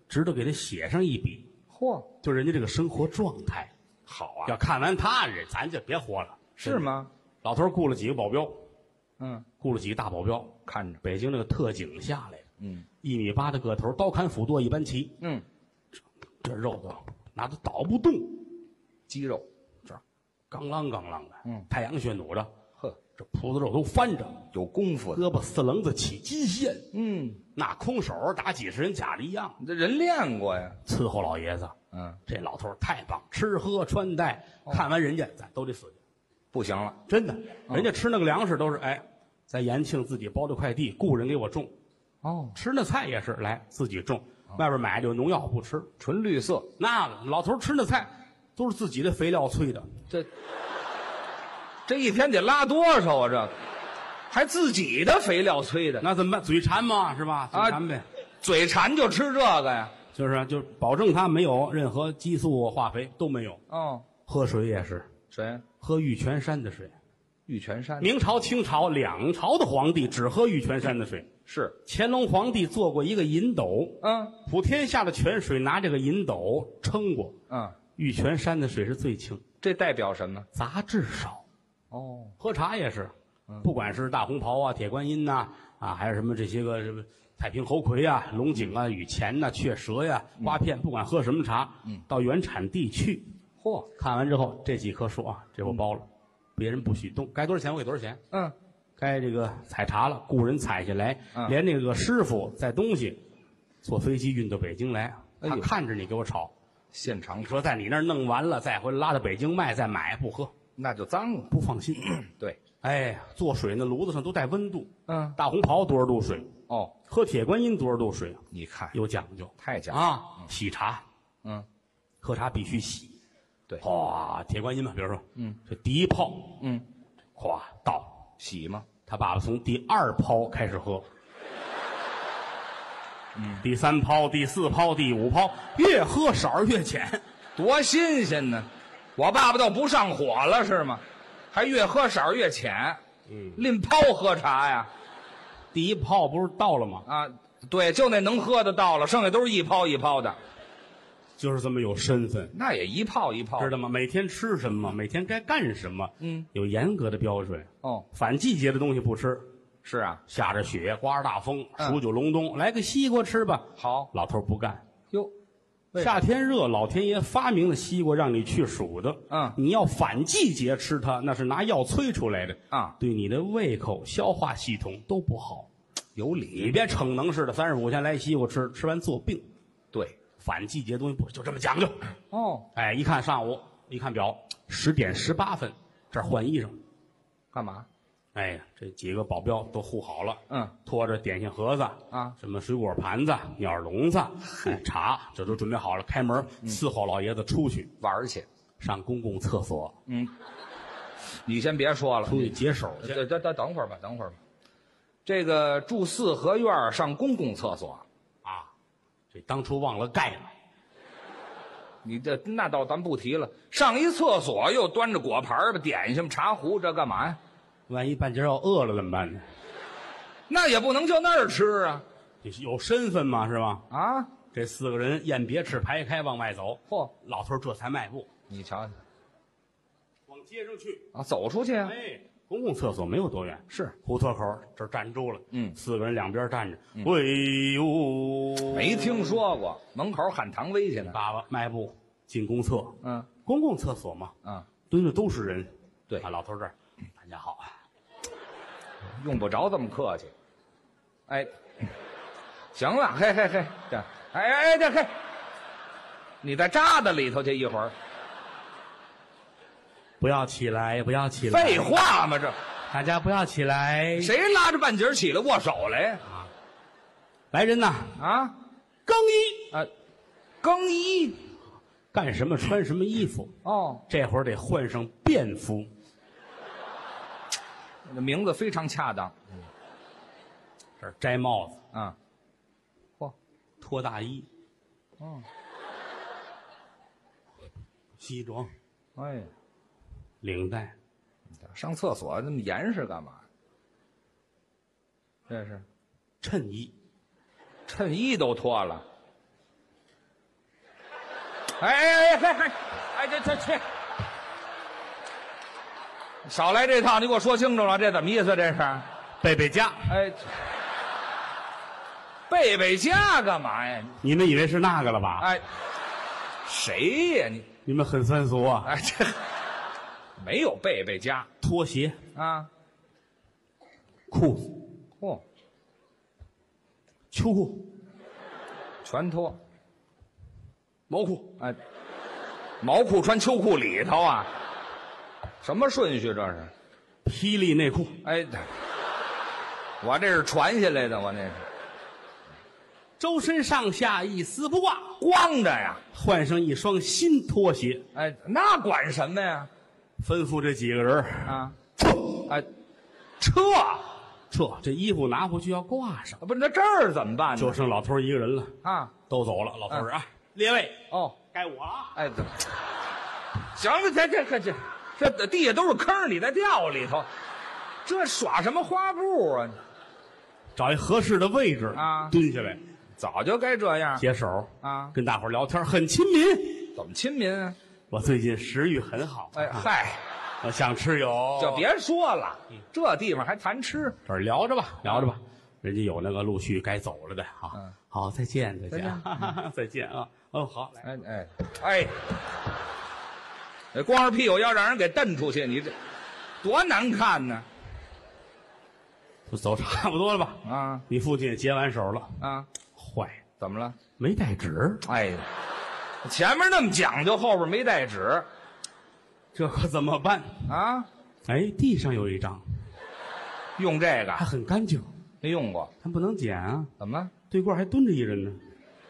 值得给他写上一笔，
嚯，
就人家这个生活状态。
好啊，
要看完他，人咱就别活了。
是吗？
老头儿雇了几个保镖，
嗯，
雇了几个大保镖，
看着，
北京那个特警下来的，
嗯
一米八的个头，刀砍斧剁一般齐，
嗯，
这肉都拿都倒不动，
鸡肉，这儿
刚啷刚啷的。
嗯，
太阳穴努着，
呵，
这葡萄肉都翻着，
有功夫的，
胳膊四棱子起金线，
嗯，
那空手打几十人假的一样。
这人练过呀，
伺候老爷子，
嗯，
这老头儿太棒，吃喝穿戴，
哦
看完人家咱都得死，
不行了，
真的。
哦
人家吃那个粮食都是哎，在延庆自己包的快递，雇人给我种，
哦，
吃那菜也是来自己种，外边买就农药不吃。
纯绿色，
那老头儿吃那菜都是自己的肥料催的，
这这一天得拉多少啊？这个还自己的肥料催的，
那怎么办？嘴馋嘛，是吧？嘴
啊
馋呗，
嘴馋就吃这个呀？
就是啊就保证他没有任何激素、化肥都没有。
哦，
喝水也是
谁？
喝玉泉山的水，
玉泉山
明朝、清朝两朝的皇帝只喝玉泉山的水。
是，
乾隆皇帝做过一个银斗，
嗯
普天下的泉水拿这个银斗称过，
嗯，
玉泉山的水是最清，
这代表什么？
杂质少。
哦，
喝茶也是，
嗯
不管是大红袍啊、铁观音呐、啊，还有什么这些个什么太平猴魁啊、龙井啊、雨前呐、雀舌呀、
嗯
瓜片，不管喝什么茶，到原产地去
嚯，
看完之后，这几棵树啊，这我包了，别人不许动，该多少钱我给多少钱。
嗯，
该这个采茶了，雇人采下来，
嗯
连那个师傅在东西坐飞机运到北京来，啊
哎
他
呦
看着你给我炒，
现场
你说在你那儿弄完了，再回来拉到北京卖，再买不喝，
那就脏了，
不放心。
对，
哎呀，做水那炉子上都带温度，
嗯，
大红袍多少度水，
哦，
喝铁观音多少度水，
你看
有讲究
太假，
啊。洗茶，
嗯，
喝茶必须洗。
对
哗，铁观音嘛，比如说，
嗯，
这第一泡，
嗯，
哗倒，
洗吗？
他爸爸从第二泡开始喝，嗯，第三泡、第四泡、第五泡，越喝色儿越浅。
多新鲜呢！我爸爸倒不上火了是吗？还越喝色儿越浅，
嗯，
拎泡喝茶呀？
第一泡不是倒了吗？
啊，对，就那能喝的到了，剩下都是一泡一泡的，
就是这么有身份，
那也一泡一泡
知道吗？每天吃什么，每天该干什么，
嗯，
有严格的标准。
哦，
反季节的东西不吃，
是啊，
下着雪，刮着大风，
嗯
数九隆冬，来个西瓜吃吧。
好
老头儿不干，
哟，为
夏天热，老天爷发明了西瓜让你去数的。
嗯
你要反季节吃它，那是拿药催出来的
啊
对你的胃口、消化系统都不好。
有
你
理，
别逞能似的，三十五天来西瓜吃，吃完做病。
对，
反季节东西不就这么讲究？
哦，
哎，一看上午，一看表，十点十八分，这儿换衣裳。
干嘛？
哎，这几个保镖都护好了，
嗯，
拖着点心盒子
啊，
什么水果盘子、鸟笼子、哎茶，这都准备好了，开门
嗯
伺候老爷子出去
玩儿去。
上公共厕所，
嗯你先别说了，
出去解手去。
等等等等会儿吧，等会儿吧。这个住四合院儿上公共厕所，
啊，这当初忘了盖了，
你这那倒咱不提了。上一厕所又端着果盘儿吧、点心、茶壶，这干嘛呀？
万一半截要饿了怎么办呢？
那也不能就那儿吃啊
你是有身份嘛，是吧？
啊！
这四个人雁别翅排开往外走，
嚯，
老头儿这才迈步
你瞧瞧
往街上去。
啊，走出去啊！
哎，公共厕所没有多远，
是
胡同口这儿站住了。
嗯
四个人两边站着。喂呦，
没听说过，门口喊唐威去呢。
爸爸迈步进公厕，
嗯
公共厕所嘛，
嗯，
蹲着都是人。
对
啊，老头儿这儿，大家好啊。
用不着这么客气。哎，行了，嘿嘿嘿，这，哎哎哎，这嘿，你再扎到里头去一会儿。
不要起来，不要起来！
废，话嘛，这
大家不要起来！
谁拉着半截儿起来握手来呀？
来人呐，
啊
更衣！
啊，更衣
干什么穿什么衣服？
哦，
这会儿得换上便服。
这名字非常恰当
这儿摘帽子，
啊。嚯，
脱大衣，
嗯，
西装，
哎呀，
领带，
上厕所那么严实干嘛？这是
衬衣，
衬衣都脱了。哎哎哎哎哎，哎这这这，少来这套！你给我说清楚了，这怎么意思？这是？
贝贝佳。
哎，贝贝家干嘛呀？
你们以为是那个了吧？
哎，谁呀你？
你们很三俗啊！
哎，这没有贝贝家
拖鞋、
啊？
裤子、
嚯，
秋裤、
全脱！
毛裤，
哎，毛裤穿秋裤里头啊？什么顺序这是？
霹雳内裤，
哎，我这是传下来的，我那是
周身上下一丝不挂，
光着呀。
换上一双新拖鞋，
哎，那管什么呀？
吩咐这几个人儿
啊，
撤
哎，撤，啊
撤，这衣服拿回去要挂上。
不是那这儿怎么办呢？
就剩老头儿一个人了，
啊，
都走了。老头儿啊，列位，
哦，
该我了啊！
哎，怎么？行了，这这这这这地下都是坑，你再掉里头，这耍什么花步啊？
找一合适的位置
啊
蹲下来，
早就该这样
解手，
啊！
跟大伙儿聊天，很亲民。
怎么亲民啊？
我最近食欲很好，
哎
啊哦
嗨，
我想吃有，
就别说了，这地方还谈吃？
这儿聊着吧，聊着吧。人家有那个陆续该走了的啊。
啊嗯
好，再见，再见， 再见啊！哦，好，来，
哎哎哎，哎光着屁股要让人给蹬出去，你这多难看呢！
就走差不多了吧？
啊
你父亲也结完手了，
啊，
坏，
怎么了？
没带纸，
哎，前面那么讲究，后边没带纸
这可怎么办？
啊？
哎，地上有一张，
用这个
还很干净，
没用过，
咱不能捡啊。
怎么了？
对过还蹲着一人呢，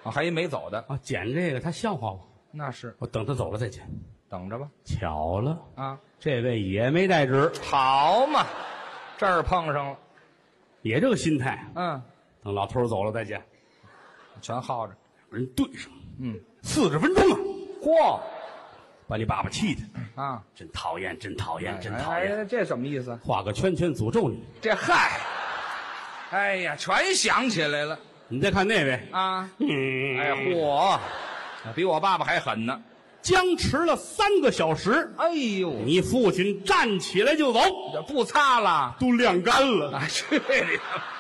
啊，还一没走的，
啊，捡这个他笑话我，
那是
我等他走了再捡。
等着吧。
巧了，
啊，
这位也没带纸，
好嘛，这儿碰上了，
也这个心态，
嗯，
等老头儿走了再捡。
全耗着。
人对上，
嗯，
四十分钟啊，
嚯
把你爸爸气的，
啊，
真讨厌，真讨厌，真讨
哎
厌。
呀，这什么意思？
画个圈圈诅咒你。
这嗨，哎呀，全想起来了
你再看那位，
啊！
嗯，
哎呀，嚯，比我爸爸还狠呢！
僵持了三个小时，
哎呦，
你父亲站起来就走，
这不擦了，
都晾干了。
哎啊，去你的！